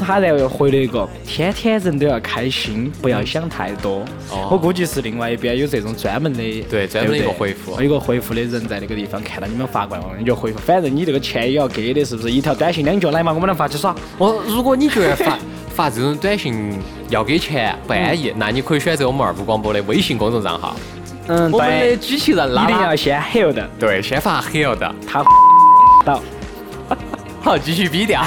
[SPEAKER 3] 他然后又回了一个：天天人都要开心，不要想太多。
[SPEAKER 2] 哦
[SPEAKER 3] 我估计是另外一边有这种专门的，
[SPEAKER 2] 对专门的一个
[SPEAKER 3] 不对
[SPEAKER 2] 回复
[SPEAKER 3] 有一个回复的人在那个地方看到你们发过来，你就回复。反正你这个钱也要给的，是不是？一条短信两角来嘛，我们能发起耍。
[SPEAKER 2] 我如果你觉得发 发这种短信要给钱不安逸，那你可以选择我们二部广播的微信公众账号，
[SPEAKER 3] 嗯，
[SPEAKER 2] 我们的
[SPEAKER 3] 对，
[SPEAKER 2] 机器人拉
[SPEAKER 3] 一定
[SPEAKER 2] 拉
[SPEAKER 3] 要。先 hold
[SPEAKER 2] 对，先发 hell 的，
[SPEAKER 3] 他 到。
[SPEAKER 2] 好，继续 逼掉。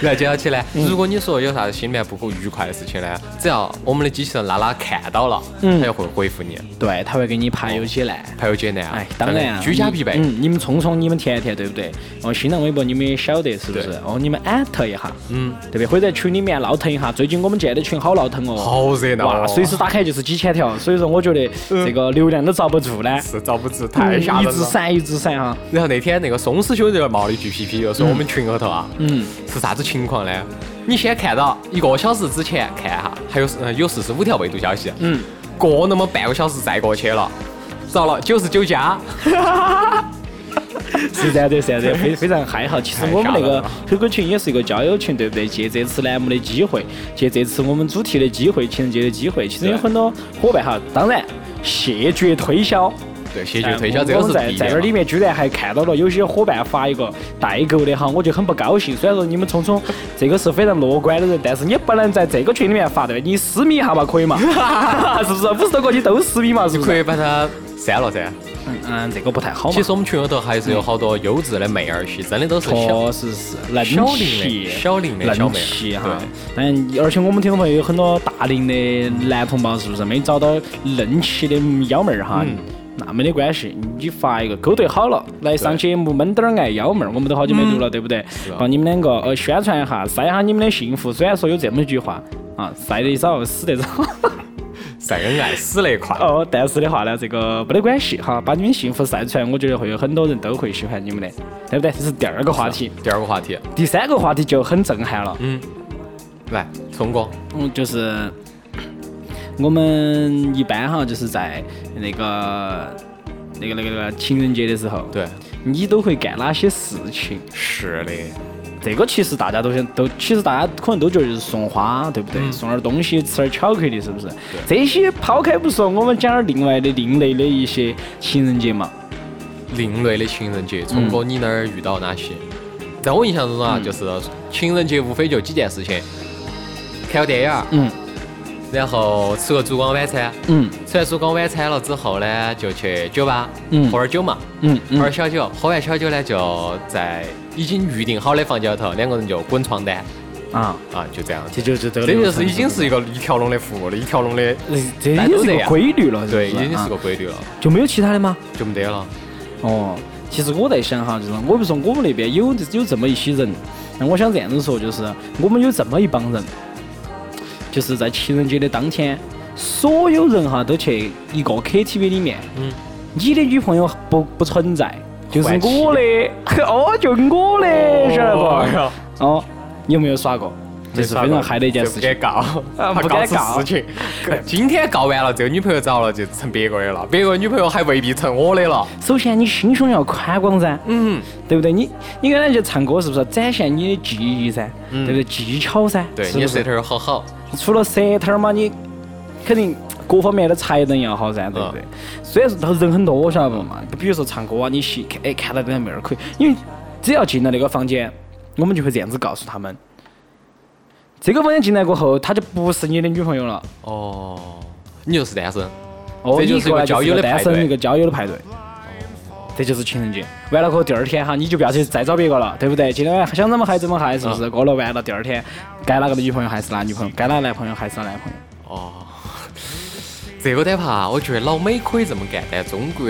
[SPEAKER 2] 然后接下去呢，
[SPEAKER 3] 嗯
[SPEAKER 2] 如果你说有啥子心里面不愉快的事情呢，只要我们的机器人拉拉看到了，
[SPEAKER 3] 嗯
[SPEAKER 2] 他就会回复你，
[SPEAKER 3] 对，他会给你排忧解难。
[SPEAKER 2] 排忧解难啊。
[SPEAKER 3] 哎，当然啊，
[SPEAKER 2] 居家必备。
[SPEAKER 3] 嗯，你们聪聪，你们甜甜，对不对？哦，新浪微博你们也晓得是不是
[SPEAKER 2] 对？
[SPEAKER 3] 哦，你们艾特一下，
[SPEAKER 2] 嗯，
[SPEAKER 3] 对不对？或者在群里面闹腾一下。最近我们建的群好闹腾哦，
[SPEAKER 2] 好热闹哦
[SPEAKER 3] 哇，随时打开就是几千条，所以说我觉得这个流量都遭不住呢。
[SPEAKER 2] 是遭不住，
[SPEAKER 3] 嗯
[SPEAKER 2] 太吓
[SPEAKER 3] 一
[SPEAKER 2] 人
[SPEAKER 3] 直
[SPEAKER 2] 了。
[SPEAKER 3] 闪，一直闪哈。
[SPEAKER 2] 然后那天那个松师兄这个毛的 GPP 就说我们群后头啊，
[SPEAKER 3] 嗯，
[SPEAKER 2] 是啥子情况呢？你先看到一个小时之前看哈，还有嗯有四十五条未读消息，
[SPEAKER 3] 嗯，
[SPEAKER 2] 过那么半个小时再过去了，遭了九十九加，
[SPEAKER 3] 是这样的，是这样的，非非常嗨哈。其实我们那个 QQ 群也是一个交友群，对不对？借这次栏目的机会，借这次我们主题的机会，情人节的机会，其实有很多伙伴哈。当然，谢绝推销，哎
[SPEAKER 2] 对，协助推销这个
[SPEAKER 3] 我
[SPEAKER 2] 是
[SPEAKER 3] 们在
[SPEAKER 2] 必
[SPEAKER 3] 在
[SPEAKER 2] 的
[SPEAKER 3] 这
[SPEAKER 2] 嘛
[SPEAKER 3] 里。面居然还看到了有些伙伴发一个代购的哈，我就很不高兴。虽然说你们聪聪这个是非常乐观的人，但是你不能在这个群里面发对吧？你私密一下嘛，可以嘛？ 是不是？五十多个你都私密嘛？是不
[SPEAKER 2] 可
[SPEAKER 3] 是？
[SPEAKER 2] 以把它删了噻。
[SPEAKER 3] 嗯，这个不太好嘛。
[SPEAKER 2] 其实我们群里头还是有好多优质的妹儿些，真的都是小
[SPEAKER 3] 确实是嫩
[SPEAKER 2] 小龄
[SPEAKER 3] 气
[SPEAKER 2] 妹、小龄妹、小
[SPEAKER 3] 嫩
[SPEAKER 2] 妹
[SPEAKER 3] 气
[SPEAKER 2] 儿。
[SPEAKER 3] 哈
[SPEAKER 2] 对，。
[SPEAKER 3] 嗯，而且我们听众朋友有很多大龄的男同胞，是不是没找到嫩气的幺妹儿哈？那没得关系，你发一个勾兑好了，来上节目闷点儿爱幺妹儿，我们都好久没录了，对不对？帮你们两个呃宣传一下，晒一下你们的幸福。虽然说有这么一句话啊，晒得早死得早。
[SPEAKER 2] 晒恩爱死得快。
[SPEAKER 3] 哦，但是的话呢，这个没得关系哈，把你们幸福晒出来，我觉得会有很多人都会喜欢你们的，对不对？这是第二个话题。
[SPEAKER 2] 第二个话题，
[SPEAKER 3] 第三个话题就很震撼了，
[SPEAKER 2] 来，聪哥，
[SPEAKER 3] 嗯，就是我们一般哈，就是在那个那个那个那个情人节的时候，
[SPEAKER 2] 对，
[SPEAKER 3] 你都会干哪些事情？
[SPEAKER 2] 是的，
[SPEAKER 3] 这个其实大家都想都，其实大家可能都觉得就是送花，对不对？送点东西，吃点巧克力，是不是？这些抛开不说，我们讲点另外的另类的一些情人节嘛。
[SPEAKER 2] 另类的情人节，聪哥你那儿遇到哪些？在我印象中啊，就是情人节无非就几件事情：看个电影儿，
[SPEAKER 3] 嗯
[SPEAKER 2] 然后吃个烛光晚餐。
[SPEAKER 3] 嗯
[SPEAKER 2] 吃完烛光晚餐了之后呢，就去酒吧，
[SPEAKER 3] 嗯
[SPEAKER 2] 喝点酒嘛，
[SPEAKER 3] 嗯
[SPEAKER 2] 喝点
[SPEAKER 3] 嗯，
[SPEAKER 2] 小酒，喝完小酒呢，就在已经预定好的房间里头，两个人就滚床单
[SPEAKER 3] 啊，
[SPEAKER 2] 啊，就这样子。
[SPEAKER 3] 这就是这个
[SPEAKER 2] 这
[SPEAKER 3] 流程，
[SPEAKER 2] 就是已经是一个一条龙的服务了，一条龙的，
[SPEAKER 3] 这已
[SPEAKER 2] 大家
[SPEAKER 3] 经
[SPEAKER 2] 都
[SPEAKER 3] 是
[SPEAKER 2] 这
[SPEAKER 3] 一个
[SPEAKER 2] 样
[SPEAKER 3] 规律了，
[SPEAKER 2] 对，
[SPEAKER 3] 是
[SPEAKER 2] 已
[SPEAKER 3] 不是
[SPEAKER 2] 经是
[SPEAKER 3] 啊
[SPEAKER 2] 个规律了，
[SPEAKER 3] 就没有其他的吗？
[SPEAKER 2] 就没得了。
[SPEAKER 3] 哦，其实我在想哈，就是我不是说我们那边有有这么一些人，那我想这样子说，就是我们有这么一帮人，就是在情人节的当天，所有人哈都去一个 KTV 里面，
[SPEAKER 2] 嗯，
[SPEAKER 3] 你的女朋友不不存在，就是
[SPEAKER 2] 换妻
[SPEAKER 3] 我的， 哦，就我的，晓得不？
[SPEAKER 2] 哟
[SPEAKER 3] 哦，有没有耍过？这是非常嗨的一件
[SPEAKER 2] 这
[SPEAKER 3] 事
[SPEAKER 2] 不
[SPEAKER 3] 情
[SPEAKER 2] 敢。告，
[SPEAKER 3] 啊
[SPEAKER 2] 怕
[SPEAKER 3] 不敢
[SPEAKER 2] 出
[SPEAKER 3] 告
[SPEAKER 2] 事情。 今天告完了，这个女朋友找了就成别个的了，别个女朋友还未必成我的了。
[SPEAKER 3] 首先，你心胸要宽广噻，
[SPEAKER 2] 嗯，
[SPEAKER 3] 对不对？你你跟人家去唱歌是不是要展现你的技艺噻？对不对？技巧噻，
[SPEAKER 2] 嗯对，
[SPEAKER 3] 是
[SPEAKER 2] 你
[SPEAKER 3] 不
[SPEAKER 2] 舌
[SPEAKER 3] 是？
[SPEAKER 2] 头儿好好，
[SPEAKER 3] 除了舌头儿嘛，你肯定各方面的才能要好噻，对
[SPEAKER 2] 啊
[SPEAKER 3] 不对？虽然说他人很多，晓得不嘛？比如说唱歌啊，你细看，哎，看到那个妹儿可以，因为只要进了那个房间，我们就会这样子告诉他们，这个房间进来过后，她就不是你的女朋友了。
[SPEAKER 2] 哦，你就是单身。
[SPEAKER 3] 哦，
[SPEAKER 2] 这就
[SPEAKER 3] 你
[SPEAKER 2] 是
[SPEAKER 3] 过
[SPEAKER 2] 一个
[SPEAKER 3] 来
[SPEAKER 2] 交友
[SPEAKER 3] 是
[SPEAKER 2] 的
[SPEAKER 3] 单
[SPEAKER 2] 派
[SPEAKER 3] 身
[SPEAKER 2] 对
[SPEAKER 3] 一个交友的派对，这就是情人节。完了过后，第二天哈，你就不要去再找别个了，对不对？今天晚上想怎么嗨怎么嗨，是不
[SPEAKER 2] 啊
[SPEAKER 3] 是？过了完了，第二天该哪个的女朋友还是哪女朋友，该哪个男朋友还是哪男朋友。
[SPEAKER 2] 哦，这个的话，我觉得老美可以这么干，但中国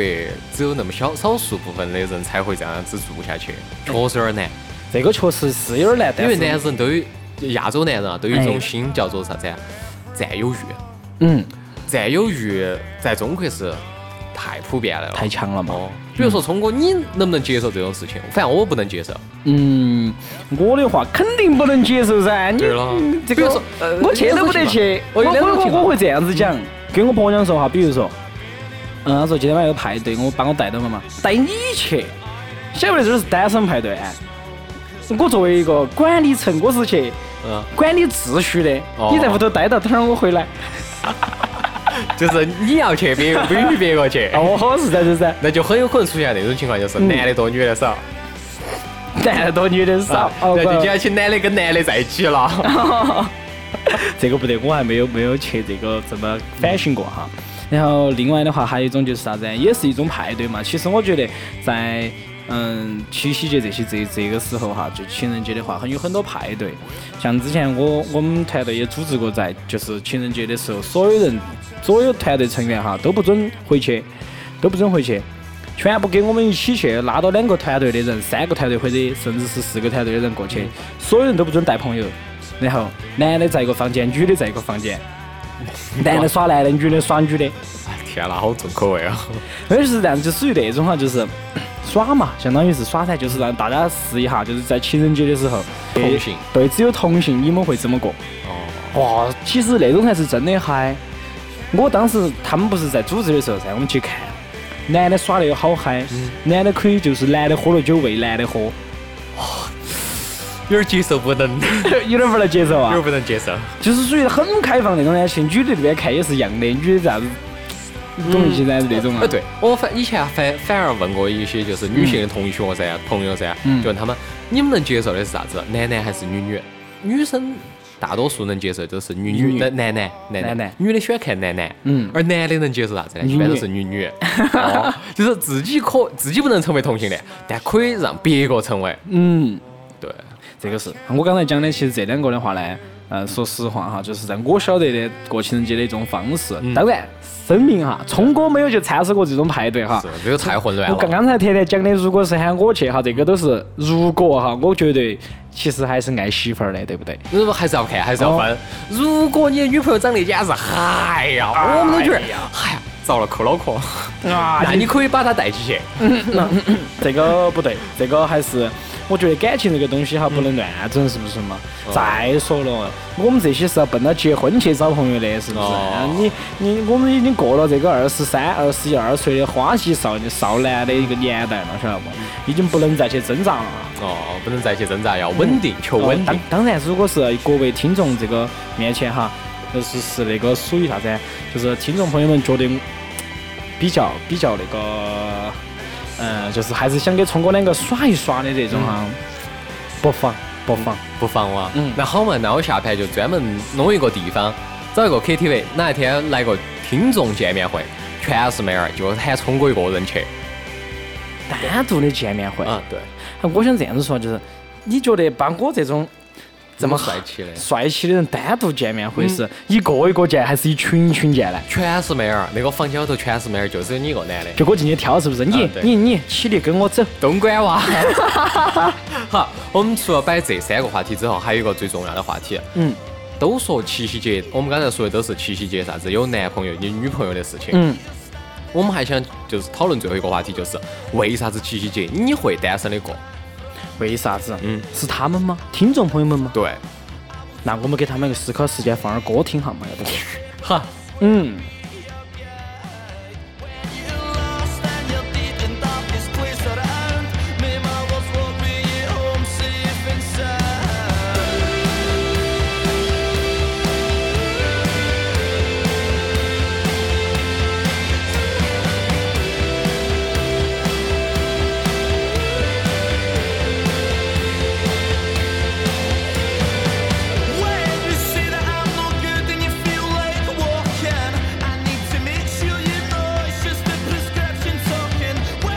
[SPEAKER 2] 只有那么小少数部分的人才会这样子做下去，确实有点难。
[SPEAKER 3] 这个确实是有点难，
[SPEAKER 2] 因
[SPEAKER 3] 哎但
[SPEAKER 2] 为
[SPEAKER 3] 是
[SPEAKER 2] 男人都有亚洲男人啊，都有一
[SPEAKER 3] 哎
[SPEAKER 2] 种心叫做啥子啊？占有欲。
[SPEAKER 3] 嗯，
[SPEAKER 2] 占有欲在中国是太普遍了，
[SPEAKER 3] 太强了嘛。
[SPEAKER 2] 哦。比如说，聪哥，你能不能接受这种事情？反正我不能接受。
[SPEAKER 3] 嗯，我的话肯定不能接受噻。你
[SPEAKER 2] 对了
[SPEAKER 3] 嗯这
[SPEAKER 2] 比
[SPEAKER 3] 个
[SPEAKER 2] 如说呃
[SPEAKER 3] 我去都不得去。我
[SPEAKER 2] 哦有
[SPEAKER 3] 我
[SPEAKER 2] 两种情
[SPEAKER 3] 我
[SPEAKER 2] 况
[SPEAKER 3] 我会这样子讲，
[SPEAKER 2] 嗯
[SPEAKER 3] 跟我婆娘说哈，比如说，嗯，她说今天晚上有派对，我帮我带到嘛嘛，带你去，晓不得这是单身派对啊。我作为一个管理层，我是去
[SPEAKER 2] 嗯，
[SPEAKER 3] 管理秩序的。
[SPEAKER 2] 哦
[SPEAKER 3] 你在屋头待到，等会儿我回来。，
[SPEAKER 2] 就是你要去，别个不允许别个去
[SPEAKER 3] 哦，嗯是噻，是 噻，
[SPEAKER 2] 那就很有可能出现那种情况，就是男的多，女的少。
[SPEAKER 3] 男的多，女的少
[SPEAKER 2] 啊。
[SPEAKER 3] 哦，
[SPEAKER 2] 那就
[SPEAKER 3] 不哦
[SPEAKER 2] 捡起男的跟男的在一起了。
[SPEAKER 3] 这个不对，我还没有没有去这个这么反省过哈。然后另外的话，还有一种就是啥子，也是一种派对嘛。其实我觉得在嗯七夕节这些这这个时候哈，就情人节的话，很有很多派对。像之前我我们团队也组织过在，就是情人节的时候，所有人所有团队成员哈都不准回去，都不准回去。全部跟我们一起去，拉到两个团队的人、三个团队或者甚至是四个团队的人过去，所有人都不准带朋友。然后男的在一个房间，女的在一个房 间，男的耍男的，女的耍女的，
[SPEAKER 2] 天哪，好重口味 啊！
[SPEAKER 3] 那就是这样，就属于那种哈，就是 耍嘛，相当于是耍噻，就是让大家试一下，就是在情人节的时候，
[SPEAKER 2] 同性
[SPEAKER 3] 对，只有同性你们会这么过。
[SPEAKER 2] 哦，
[SPEAKER 3] 哇，其实那种才是真的嗨。我当时他们不是在组织的时候噻，我们去看，男的耍的有好嗨，男的可以就是男的喝了酒喂男的喝，
[SPEAKER 2] 有点接受不 能，有
[SPEAKER 3] 有点不能接受啊
[SPEAKER 2] 点。不能接受。
[SPEAKER 3] 就是属于很开放那种感情。女的那边看也是一样的，女的啥子懂一些噻，那种啊
[SPEAKER 2] 哎，。嗯对我反以前反反而问过一些就是女性的同学噻、朋友噻，
[SPEAKER 3] 嗯
[SPEAKER 2] 就问他们你们能接受的是啥子，男男还是女女？女生大多数能接受都是女
[SPEAKER 3] 女
[SPEAKER 2] 女
[SPEAKER 3] 女
[SPEAKER 2] 的男男男
[SPEAKER 3] 男
[SPEAKER 2] 男
[SPEAKER 3] 男，
[SPEAKER 2] 女的喜欢看男男，
[SPEAKER 3] 嗯
[SPEAKER 2] 而男的能接受啥子呢？
[SPEAKER 3] 女女
[SPEAKER 2] 一般都是女 女，哦，就是自己可自己不能成为同性恋，但可以让别个成为，
[SPEAKER 3] 嗯，
[SPEAKER 2] 对，
[SPEAKER 3] 这个是我刚才讲的。其实这两个的话呢，呃，说实话哈，就是在我晓得的过情人节的一种方式。
[SPEAKER 2] 嗯
[SPEAKER 3] 当然，声明哈，聪哥没有去参与过这种派对哈
[SPEAKER 2] 是。这个太混乱
[SPEAKER 3] 我
[SPEAKER 2] 了。
[SPEAKER 3] 刚刚才甜甜讲的，如果是喊我去哈，这个都是如果哈，我觉得其实还是爱媳妇儿的，对不对？
[SPEAKER 2] 如果还是要看，还是要分。如果你的女朋友长得简直，哎呀，我们都觉得，
[SPEAKER 1] 哎呀
[SPEAKER 2] 哎呀，遭了，扣脑壳。
[SPEAKER 3] 啊
[SPEAKER 2] 那你可以把她带起去。
[SPEAKER 3] 这个不对，这个还是我觉得感情这个东西哈不能乱整，是不是嘛？再说了，我们这些是要奔到结婚去找朋友的，是不是？
[SPEAKER 2] 哦
[SPEAKER 3] 啊你你我们已经过了这个二十三、二十一、二岁的花季少少男的一个年代了，晓得不？已经不能再去挣扎了。
[SPEAKER 2] 哦，不能再去挣扎，要稳定，求
[SPEAKER 3] 哦
[SPEAKER 2] 稳
[SPEAKER 3] 当
[SPEAKER 2] 定。
[SPEAKER 3] 当然，如果是各位听众这个面前哈，就是是那个属于啥子？就是听众朋友们觉得比较比较那个，嗯，就是还是想给聪哥两个耍一耍的这种哈，
[SPEAKER 2] 嗯
[SPEAKER 3] 不妨不妨，
[SPEAKER 2] 不妨哇。
[SPEAKER 3] 嗯
[SPEAKER 2] 那好嘛，那我下盘就专门弄一个地方，找一个 KTV，哪一天来个听众见面会，全是妹儿，就喊聪哥一个人去。
[SPEAKER 3] 单独的见面会。
[SPEAKER 2] 啊，对，
[SPEAKER 3] 我想这样子说，就是你觉得把我这种
[SPEAKER 2] 这么帅气的，嗯
[SPEAKER 3] 帅气的人单独见面会是一个一个见，还是一群一群见呢？
[SPEAKER 2] 全是妹儿，那个房间里头全是妹儿，就只有你一个男的。
[SPEAKER 3] 就我进去挑是不是？你
[SPEAKER 2] 啊对
[SPEAKER 3] 你你起立跟我走。
[SPEAKER 2] 东莞 娃。好，我们除了摆这三个话题之后，还有一个最重要的话题。
[SPEAKER 3] 嗯
[SPEAKER 2] 都说七夕节，我们刚才说的都是七夕节啥子有男朋友、有女朋友的事情。
[SPEAKER 3] 嗯。
[SPEAKER 2] 我们还想就是讨论最后一个话题，就是为啥子七夕节你会单身的过？
[SPEAKER 3] 为啥子？
[SPEAKER 2] 嗯
[SPEAKER 3] 是他们吗？听众朋友们吗？
[SPEAKER 2] 对，
[SPEAKER 3] 那我们给他们一个思考时间，放点歌听哈嘛，要不？
[SPEAKER 2] 哈，
[SPEAKER 3] 嗯，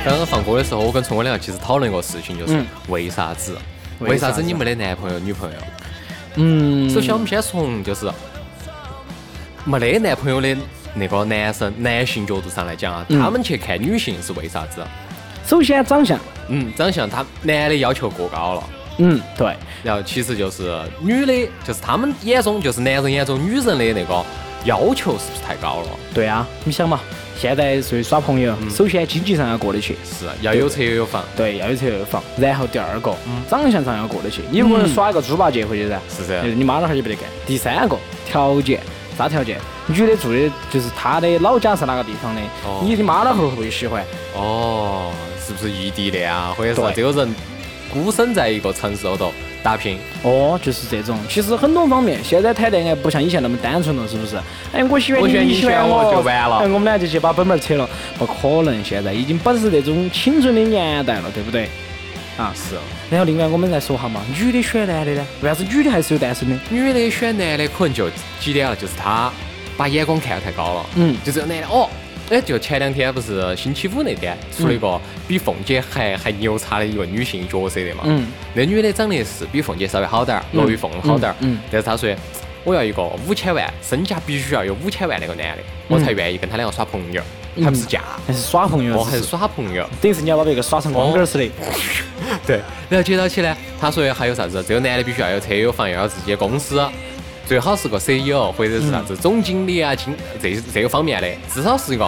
[SPEAKER 2] 刚刚放歌的时候，我跟聪哥两个其实讨论过事情，就是
[SPEAKER 3] 嗯
[SPEAKER 2] 为啥子？
[SPEAKER 3] 为
[SPEAKER 2] 为啥
[SPEAKER 3] 啥
[SPEAKER 2] 子
[SPEAKER 3] 子
[SPEAKER 2] 你没得男朋友、女朋友？
[SPEAKER 3] 嗯，
[SPEAKER 2] 首先，我们先从就是没得男朋友的那个男生男性角度上来讲啊，
[SPEAKER 3] 嗯
[SPEAKER 2] 他们去看女性是为啥子？
[SPEAKER 3] 首先长相，
[SPEAKER 2] 嗯，长相他男的要求过高了。
[SPEAKER 3] 嗯，对，
[SPEAKER 2] 然后其实就是女的，就是他们眼中，就是男人眼中女人的那个要求是不是太高了？
[SPEAKER 3] 对啊，你想嘛，现在出去耍朋友，
[SPEAKER 2] 嗯
[SPEAKER 3] 首先经济上要过得去，
[SPEAKER 2] 是要有车又有房，
[SPEAKER 3] 对，要有车有房，然后第二个，长相上要过得去，你不能耍一个猪八戒回去噻，
[SPEAKER 2] 嗯是噻
[SPEAKER 3] 就是你妈老汉儿就不得干。第三个条件，啥条件？女的住的就是她的老家是哪个地方的
[SPEAKER 2] 哦，
[SPEAKER 3] 你的妈老汉儿会不会喜欢？
[SPEAKER 2] 哦，是不是异地恋啊？或者
[SPEAKER 3] 对
[SPEAKER 2] 是这个人孤身在一个城市后头打拼？
[SPEAKER 3] 哦，就是这种。其实很多方面，现在谈恋爱不像以前那么单纯了，是不是？哎，我喜欢
[SPEAKER 2] 我
[SPEAKER 3] 你，
[SPEAKER 2] 喜欢你
[SPEAKER 3] 你喜欢
[SPEAKER 2] 喜欢我就完了
[SPEAKER 3] 哎，我们俩就去把本本扯了。不可能，现在已经不是那种青春的年代了，对不对？啊。
[SPEAKER 2] 是，
[SPEAKER 3] 然后另外我们再说哈嘛，女的喜欢男的呢？为啥子女的还是有单身的？
[SPEAKER 2] 女的选男的可能就几点了，就是他把眼光看得太高了。
[SPEAKER 3] 嗯
[SPEAKER 2] 就这个男的哦。哎，就前两天不是星期五那天出了一个比凤姐还还牛叉的一个女性角色的嘛？
[SPEAKER 3] 嗯，
[SPEAKER 2] 那女的长得是比凤姐稍微好点儿，
[SPEAKER 3] 嗯
[SPEAKER 2] 罗玉凤好点儿，
[SPEAKER 3] 嗯嗯
[SPEAKER 2] 但是她说我要一个五千万，身价必须要有五千万那个男的，我
[SPEAKER 3] 嗯
[SPEAKER 2] 才愿意跟他两个耍朋友，还不是嫁，
[SPEAKER 3] 还是耍朋友？
[SPEAKER 2] 我还是哦耍朋友。
[SPEAKER 3] 等于是你要把别个耍成光棍儿似的。
[SPEAKER 2] 对，然后接到起呢，她说还有啥子？这个男的必须要有车有房，要有自己的公司，最好是个 CEO 或者是啥子总经理啊，经这这个方面的，至少是一个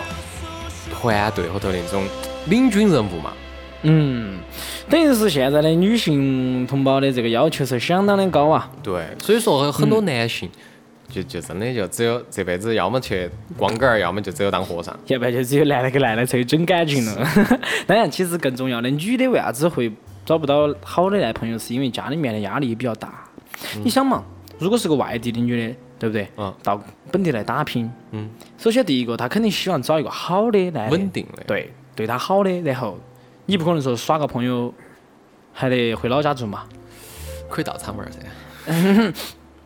[SPEAKER 2] 团队后头那种领军人物嘛。
[SPEAKER 3] 嗯，等于是现在的女性同胞的这个要求是相当的高啊。
[SPEAKER 2] 对，所以说很多男性。就就真的就只有这辈子，要么去光杆儿，要么就只有当和尚。
[SPEAKER 3] 要不然就只有男的跟男的才有真感情了。 当然，其实更重要的，女的为啊啥子会找不到好的男朋友，是因为家里面的压力比较大。你想嘛，如果是个外地的女的，对不对？
[SPEAKER 2] 嗯
[SPEAKER 3] 到本地来打拼。
[SPEAKER 2] 嗯，
[SPEAKER 3] 首先第一个，他肯定希望找一个好的男的，
[SPEAKER 2] 稳定的，
[SPEAKER 3] 哎对，对他好的。然后你不可能说耍个朋友，还得回老家住嘛？
[SPEAKER 2] 可以倒插门儿噻。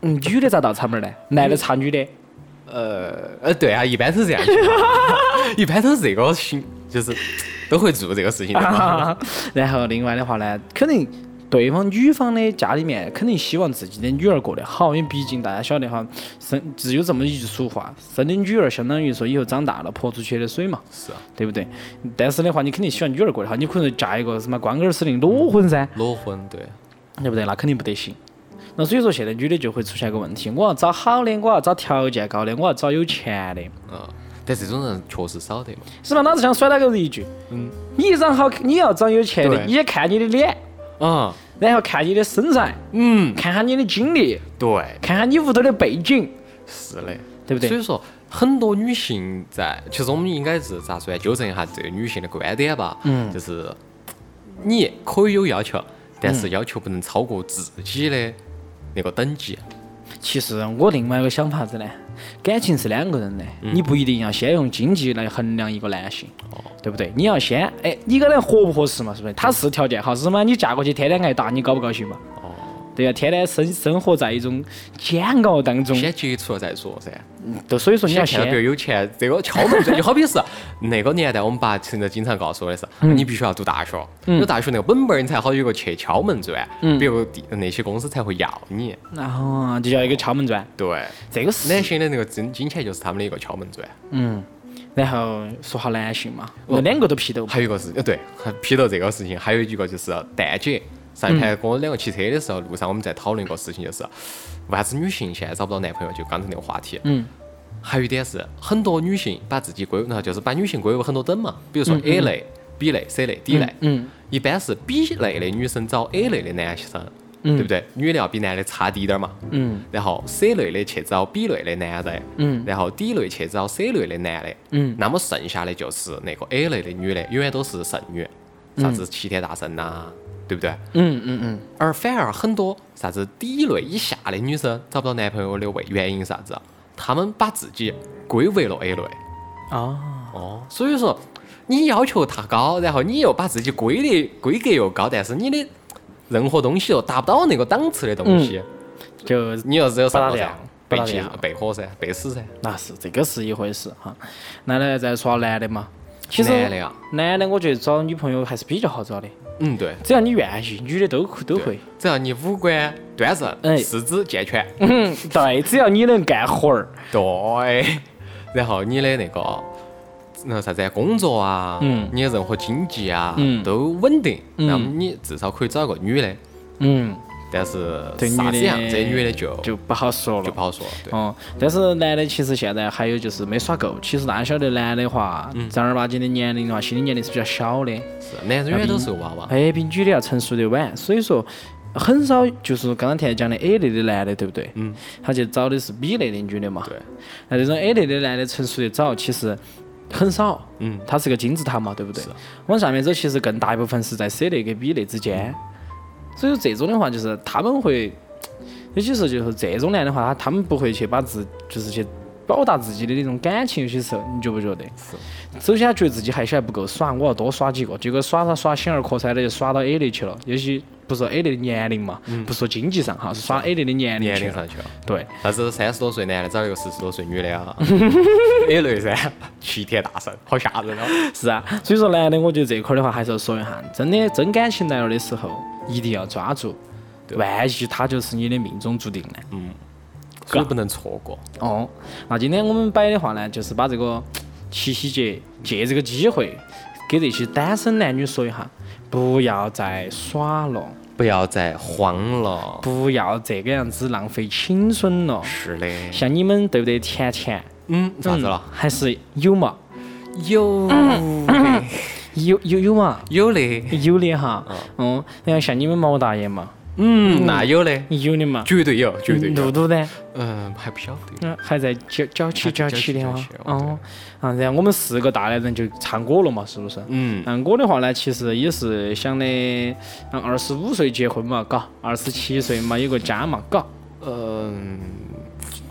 [SPEAKER 3] 嗯，女的咋倒插门儿呢？男的插女的，
[SPEAKER 2] 呃呃，对啊，一般都是这样情况，一般都是这个行，就是都会做这个事情的嘛。
[SPEAKER 3] 然后另外的话呢，肯定对方女方的家里面肯定希望自己的女儿过得好，因为毕竟大家晓得哈，生只有这么一句俗话，生的女儿相当于说以后长大了泼出去的水嘛，
[SPEAKER 2] 是啊，
[SPEAKER 3] 对不对？但是的话，你肯定希望女儿过得好，你可能嫁一个什么光杆儿司令裸婚噻，
[SPEAKER 2] 裸婚对，
[SPEAKER 3] 对不对？那肯定不得行。那所以说，现在女的就会出现一个问题：我要找好的，我要找条件高的，我要找有钱的，
[SPEAKER 2] 啊，但这种人确实少得嘛。
[SPEAKER 3] 是吧？老子想甩那个人一句：
[SPEAKER 2] 嗯，
[SPEAKER 3] 你长好，你要长有钱的，
[SPEAKER 2] 对
[SPEAKER 3] 也看你的脸，
[SPEAKER 2] 啊，
[SPEAKER 3] 然后看你的身材，
[SPEAKER 2] 嗯，
[SPEAKER 3] 看下你的经历，
[SPEAKER 2] 对，
[SPEAKER 3] 看下你屋头的背景，
[SPEAKER 2] 是的。
[SPEAKER 3] 对不
[SPEAKER 2] 所
[SPEAKER 3] 对？
[SPEAKER 2] 以说，很多女性在，其实我们应该是咋说呢？纠正一下这个女性的观点吧。
[SPEAKER 3] 嗯
[SPEAKER 2] 就是你可以有要求，但是要求不能超过自己的那个等级。
[SPEAKER 3] 其实我另外一个想法子呢，感情是两个人的，你不一定要先用经济来衡量一个男性，对不对？你要先，哎，你跟他合不合适嘛，是不是？他是条件好，是吗？你嫁过去天天挨打，你高不高兴嘛？
[SPEAKER 2] 哦，
[SPEAKER 3] 对呀、天天生生活在一种煎熬当中，
[SPEAKER 2] 先接触了再说噻。
[SPEAKER 3] 都所以嗯说你要嗯
[SPEAKER 2] 先看到别
[SPEAKER 3] 先
[SPEAKER 2] 人有钱，这个敲门砖，就好比是那个年代，我们爸甚至经常告诉我的是，
[SPEAKER 3] 嗯
[SPEAKER 2] 你必须要读大学，有大学那个本本儿，你才好有个去敲门砖，
[SPEAKER 3] 嗯
[SPEAKER 2] 别个地那些公司才会要你。
[SPEAKER 3] 然后啊就叫一个敲门砖，
[SPEAKER 2] 对，
[SPEAKER 3] 这个是
[SPEAKER 2] 男性的那个金金钱就是他们的一个敲门砖，
[SPEAKER 3] 嗯。然后说好男性嘛，那两个都批斗，
[SPEAKER 2] 还有一个是，呃，对，还批斗这个事情，还有一个就是呃蛋姐。上一盘跟我两个骑车的时候，路上我们在讨论一个事情，就是呃为啥子女性现在找不到男朋友，就刚才那个话题。
[SPEAKER 3] 嗯，
[SPEAKER 2] 还有一点是，很多女性把自己归为，就是把女性归为很多等嘛，比如说 A 类、B 类、C 类、D 类，
[SPEAKER 3] 嗯，
[SPEAKER 2] 一般是 B 类的女生找 A 类的男生，对不对？女的要比男的差低点儿嘛，
[SPEAKER 3] 嗯，
[SPEAKER 2] 然后 C 类的去找 B 类的男的，
[SPEAKER 3] 嗯
[SPEAKER 2] 然后 D 类去找 C 类的男的，
[SPEAKER 3] 嗯，
[SPEAKER 2] 那么剩下的就是那个 A 类的女的，永远都是剩女，啥子齐天大圣呐、对不对？
[SPEAKER 3] 嗯嗯嗯，
[SPEAKER 2] 而反而很多啥子 D 类以下的女生找不到男朋友的为原因是啥子啊？她们把自己归为了 A 类。
[SPEAKER 3] 哦，
[SPEAKER 2] 哦，所以说你要求太高，然后你又把自己规的规格又高，但是你的任何东西又达不到那个档次的东西，
[SPEAKER 3] 就
[SPEAKER 2] 你又只有上
[SPEAKER 3] 不
[SPEAKER 2] 头
[SPEAKER 3] 达
[SPEAKER 2] 噻
[SPEAKER 3] 标，嗯不
[SPEAKER 2] 被
[SPEAKER 3] 达
[SPEAKER 2] 气
[SPEAKER 3] 标
[SPEAKER 2] 被火噻，被死噻。
[SPEAKER 3] 那是这个是一回事哈。那呢，再说男的嘛，其实
[SPEAKER 2] 男的啊，
[SPEAKER 3] 男的我觉得找女朋友还是比较好找的，
[SPEAKER 2] 嗯，对，
[SPEAKER 3] 只要你愿意，女的都可都
[SPEAKER 2] 对
[SPEAKER 3] 会。，
[SPEAKER 2] 只要你五官端
[SPEAKER 3] 哎
[SPEAKER 2] 正，四肢健全，
[SPEAKER 3] 嗯， 对，只要你能干活儿，
[SPEAKER 2] 对， 然后你的那个那啥子工作啊，
[SPEAKER 3] 嗯
[SPEAKER 2] 你的任何经济啊
[SPEAKER 3] 嗯，
[SPEAKER 2] 都稳定，
[SPEAKER 3] 嗯
[SPEAKER 2] 那么你至少可以找一个女的，
[SPEAKER 3] 嗯，
[SPEAKER 2] 但是
[SPEAKER 3] 这女
[SPEAKER 2] 啥
[SPEAKER 3] 的
[SPEAKER 2] 子样，这女的就
[SPEAKER 3] 嗯就不好说
[SPEAKER 2] 就
[SPEAKER 3] 了
[SPEAKER 2] 不。好说了，对。
[SPEAKER 3] 哦，但是男的其实现在还有就是没耍够。其实大家晓得，男的话，正儿八经的年龄的话，心理年龄是比较小的，
[SPEAKER 2] 是男人永远都是个娃娃。
[SPEAKER 3] 哎，比女的要成熟的晚，所以说很少就是刚刚田讲的 A 类的男的，对不对？嗯，他去找的是 B 类的女的嘛。
[SPEAKER 2] 对。
[SPEAKER 3] 那这种 A 类的男的成熟的早，其实很少。
[SPEAKER 2] 嗯，
[SPEAKER 3] 它是个金字塔嘛，对不对？往下面走，其实更大一部分是在 C 类跟 B 类之间。所以说这种的话，就是他们会，有些时候就是这种男的话，他他们不会去把自，就是去表达自己的那种感情。有些时候，你觉不觉得？首先他觉得自己还小还不够耍，我要多耍几个。结果耍耍耍，显而扩散的就耍到 A 类去了。也许不说 A 类的年龄嘛，不说经济上哈，是耍 A 类的年
[SPEAKER 2] 嗯
[SPEAKER 3] 龄
[SPEAKER 2] 年
[SPEAKER 3] 去
[SPEAKER 2] 龄
[SPEAKER 3] 了。
[SPEAKER 2] 上去了，
[SPEAKER 3] 对，
[SPEAKER 2] 啥子三十多岁男的找一个四十多岁女的 啊，A 类噻，齐天大圣，好吓人哦。
[SPEAKER 3] 是啊，所以说男的，我觉得这块儿的话还是要说一下，真的真感情来了的时候，一定要抓住，万一他就是你的命中注定呢。
[SPEAKER 2] 所以不能错过。
[SPEAKER 3] 哦，那今天我们摆的话呢，就是把这个七夕节借这个机会，给这些单身男女说一下，不要再耍了，
[SPEAKER 2] 不要再慌了。
[SPEAKER 3] 不要这个样子浪费青春了。
[SPEAKER 2] 是的，
[SPEAKER 3] 像你们对不对？甜甜
[SPEAKER 2] 嗯，啥子了？
[SPEAKER 3] 嗯还是有嘛，
[SPEAKER 2] 有
[SPEAKER 3] 有有有嘛，
[SPEAKER 2] 有的，
[SPEAKER 3] 有的哈。
[SPEAKER 2] 啊
[SPEAKER 3] 嗯，然后像你们毛大爷嘛，
[SPEAKER 2] 嗯，那有的，
[SPEAKER 3] 有的嘛。
[SPEAKER 2] 绝对有，绝对
[SPEAKER 3] 露
[SPEAKER 2] 有。
[SPEAKER 3] 露呢？
[SPEAKER 2] 嗯，还不晓得。
[SPEAKER 3] 嗯，还在娇娇气娇气的
[SPEAKER 2] 娇
[SPEAKER 3] 吗
[SPEAKER 2] 气娇气？
[SPEAKER 3] 哦，啊，然后我们四个大男人就差我了嘛，是不是？
[SPEAKER 2] 嗯，
[SPEAKER 3] 嗯，我的话呢，其实也是想的，嗯，二十 五岁结婚嘛，嘎，二十七岁嘛，有个家嘛，嘎，
[SPEAKER 2] 嗯，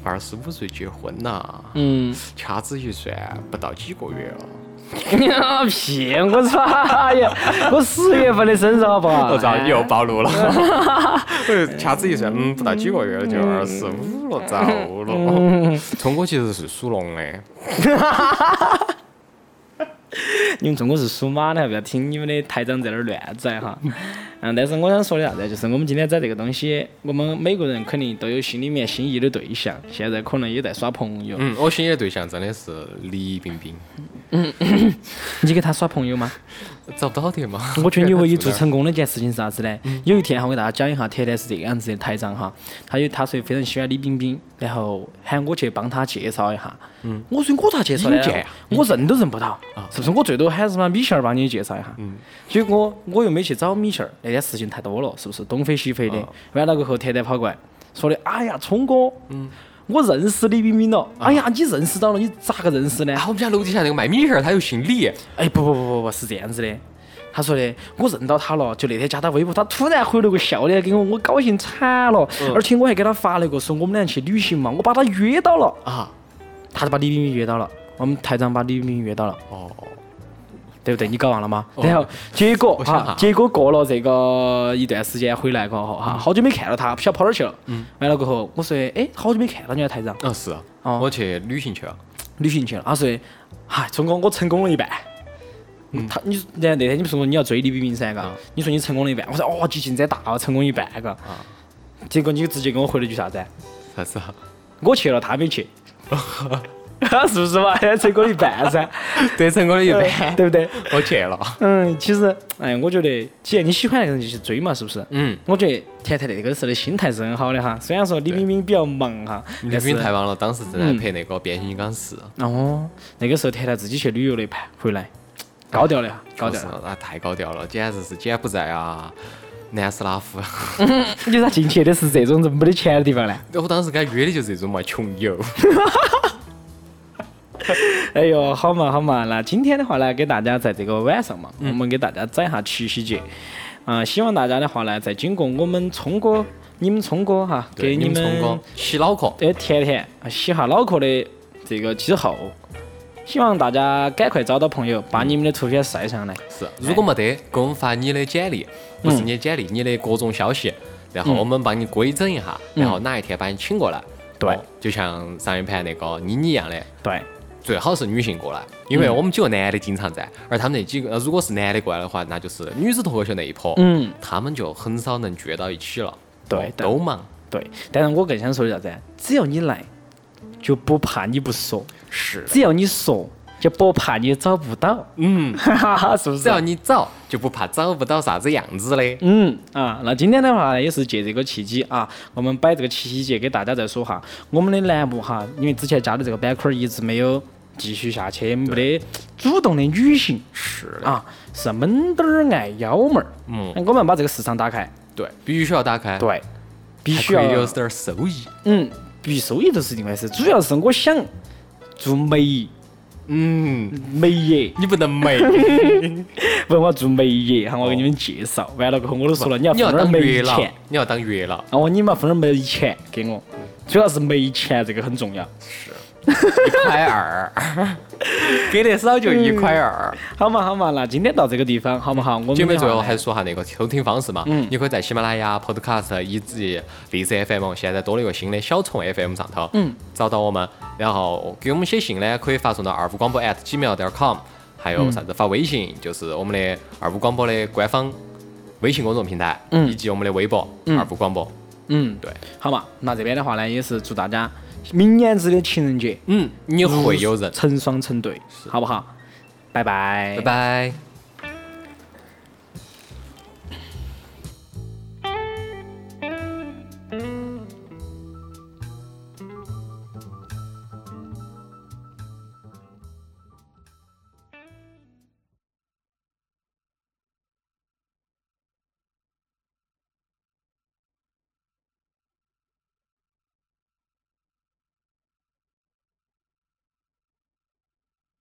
[SPEAKER 2] 二十五岁结婚了，
[SPEAKER 3] 嗯，
[SPEAKER 2] 掐指一算不到几个月了。
[SPEAKER 3] 屁，我操！哎呀，我十月份的生日好不好？哎
[SPEAKER 2] 我操，哦又暴露了。 我哎掐指一算，嗯，不到几个月了就二十五了，糟了。聪哥其实是属龙的，
[SPEAKER 3] 你们中国是属马的，不要听你们的台长在那儿乱宰哈。嗯，但是我想说的啥子，就是我们今天在这个东西，我们每个人肯定都有心里面心仪的对象，现在可能也在耍朋友。
[SPEAKER 2] 嗯，我心仪的对象真的是李冰冰，
[SPEAKER 3] 你跟他耍朋友吗？
[SPEAKER 2] 找不到的嘛。
[SPEAKER 3] 我觉得你唯一 做成功的一件事情是啥子呢？有一天哈，我给大家讲一下，铁蛋是这个样子的台长哈，他有他说非常喜欢李冰冰，然后喊我去帮他介绍一下。嗯，我说我咋介绍
[SPEAKER 2] 你
[SPEAKER 3] 呢
[SPEAKER 2] 介呀？
[SPEAKER 3] 我认都认不到，是不是？我最多喊什么米歇尔帮你介绍一下。结果我又没去找米歇尔，那天事情太多了，是不是？东飞西飞的，完了过后，铁蛋跑过来说的，哎呀，聪哥，嗯。我认识李冰冰了，哎呀，你认识到了，你咋个认识呢
[SPEAKER 2] 然？啊后我们家楼底下那个卖米线儿，他又姓李，
[SPEAKER 3] 哎，不不不不不，是这样子的。他说的，我认到他了，就那天加他微博，他突然回了个笑脸给我，我高兴惨了。
[SPEAKER 2] 嗯
[SPEAKER 3] 而且我还给他发了一个说我们俩去旅行嘛，我把他约到了，
[SPEAKER 2] 啊，
[SPEAKER 3] 他就把李冰冰约到了，我们台长把李冰冰约到了，
[SPEAKER 2] 哦，
[SPEAKER 3] 对不对？你搞忘了吗？然后结果
[SPEAKER 2] 我想
[SPEAKER 3] 哈
[SPEAKER 2] 哈，
[SPEAKER 3] 结果过了这个一段时间回来过后
[SPEAKER 2] 嗯
[SPEAKER 3] 哈，好久没看到他，不晓得跑哪儿去了。完了过后，我说，哎，好久没看到你了，台长，
[SPEAKER 2] 啊是啊，
[SPEAKER 3] 哦
[SPEAKER 2] 我去旅行去了，
[SPEAKER 3] 旅行去了。他说，嗨，聪哥，我成功了一半。
[SPEAKER 2] 嗯
[SPEAKER 3] 他你然后那天你不是说你要追李冰冰噻，嘎、
[SPEAKER 2] 啊
[SPEAKER 3] 你说你成功了一半，我说哦，激情真大哦，成功一半，嘎、
[SPEAKER 2] 啊
[SPEAKER 3] 结果你直接跟我回了句啥子？
[SPEAKER 2] 啥子啊？
[SPEAKER 3] 我去了，他没去，是不是嘛？ 成功了一半噻，
[SPEAKER 2] 得成功了一半，
[SPEAKER 3] 对不对？
[SPEAKER 2] 我去了。
[SPEAKER 3] 嗯，其实，哎，我觉得，既然你喜欢那个人，就去追嘛，是不是？
[SPEAKER 2] 嗯，
[SPEAKER 3] 我觉得甜甜那个时候的心态是很好的哈，虽然说李冰冰比较忙哈，
[SPEAKER 2] 李冰
[SPEAKER 3] 但是
[SPEAKER 2] 冰太棒了，当时正在拍那个《变形金刚四》，
[SPEAKER 3] 哦，那个时候甜甜自己去旅游了一盘回来，高调了哈，高调
[SPEAKER 2] 是
[SPEAKER 3] 了。
[SPEAKER 2] 啊，那太高调了，简直是柬不在啊，南斯拉夫。啊
[SPEAKER 3] 你咋进去的是这种这么没得钱的地方呢？
[SPEAKER 2] 我当时跟他约的就是这种嘛，穷游。
[SPEAKER 3] 哎呦，好嘛好嘛，那今天的话呢，给大家在这个晚上嘛，我们给大家讲一下七夕节。啊、希望大家的话呢，在经过我们聪哥、你们聪哥哈，
[SPEAKER 2] 对，
[SPEAKER 3] 给
[SPEAKER 2] 你
[SPEAKER 3] 们
[SPEAKER 2] 们聪哥洗脑壳，
[SPEAKER 3] 呃甜甜洗下脑壳的这个之后，希望大家赶快找到朋友，把你们的图片晒上来。
[SPEAKER 2] 是，如果没得，给我们发你的简历，不
[SPEAKER 3] 嗯
[SPEAKER 2] 是你的简历，你的各种消息，然后我们帮你规整一下，然后哪一天把你请过来。
[SPEAKER 3] 嗯对
[SPEAKER 2] 哦，就像上一盘那个妮妮一样的，
[SPEAKER 3] 对，
[SPEAKER 2] 最好是女性过来，因
[SPEAKER 3] 嗯
[SPEAKER 2] 为我们几个男的经常在，而他们那几个呃如果是男的过来的话，那就是女子脱口秀那一波，
[SPEAKER 3] 嗯，
[SPEAKER 2] 他们就很少能聚到一起了，
[SPEAKER 3] 对
[SPEAKER 2] 哦
[SPEAKER 3] 对
[SPEAKER 2] 都忙。
[SPEAKER 3] 对。但是我更想说的啥子？只要你来，就不怕你不说；
[SPEAKER 2] 是，
[SPEAKER 3] 只要你说，就不怕你找不到。
[SPEAKER 2] 嗯，
[SPEAKER 3] 哈哈哈， 是不
[SPEAKER 2] 只
[SPEAKER 3] 是？
[SPEAKER 2] 要你找，就不怕找不到啥子样子的。
[SPEAKER 3] 嗯啊，那今天的话呢，也是借这个契机啊，我们摆这个七夕节给大家再说哈。我们的栏目哈，因为之前加的这个板块儿一直没有继续下去，没得主动的女性
[SPEAKER 2] 是的，
[SPEAKER 3] 啊，是闷墩儿爱幺妹儿。
[SPEAKER 2] 嗯，
[SPEAKER 3] 我们把这个市场打开，
[SPEAKER 2] 对，必须要打开，，
[SPEAKER 3] 对，必
[SPEAKER 2] 还
[SPEAKER 3] 须
[SPEAKER 2] 可
[SPEAKER 3] 要
[SPEAKER 2] 以有点收益。
[SPEAKER 3] 嗯，必须收益都是另外事，主要是我想做媒
[SPEAKER 2] 嗯，
[SPEAKER 3] 媒业，
[SPEAKER 2] 你不能没，
[SPEAKER 3] 问我做媒业，哈，我给你们介绍。完了过后我都说 了，你要
[SPEAKER 2] 哦你要
[SPEAKER 3] 分点儿
[SPEAKER 2] 当
[SPEAKER 3] 媒
[SPEAKER 2] 月
[SPEAKER 3] 钱
[SPEAKER 2] 老，，你要当月老，
[SPEAKER 3] 然后你们分点儿没钱给我，主要是没钱这个很重要。
[SPEAKER 2] 一块二，给得少就一块二。
[SPEAKER 3] 嗯好嘛好嘛，那今天到这个地方好不好？我们
[SPEAKER 2] 姐妹
[SPEAKER 3] 的
[SPEAKER 2] 最后
[SPEAKER 3] 话
[SPEAKER 2] 还说下那个收听方式嘛，你可以在喜马拉雅、Podcast 以及荔枝 FM，现在多了一个新的小虫 FM 上头，嗯，找到我们，然后给我们写信呢，可以发送到二五广播 at 几秒点 com，还有啥子发微信，就是我们的二五广播的官方微信公众平台，
[SPEAKER 3] 嗯
[SPEAKER 2] 以及我们的微博二五广播，
[SPEAKER 3] 嗯，
[SPEAKER 2] 对，
[SPEAKER 3] 好嘛，那这边的话呢，也是祝大家明年子的情人节
[SPEAKER 2] 嗯嗯，你会有人，
[SPEAKER 3] 成双成对，好不好？拜拜，
[SPEAKER 2] 拜拜。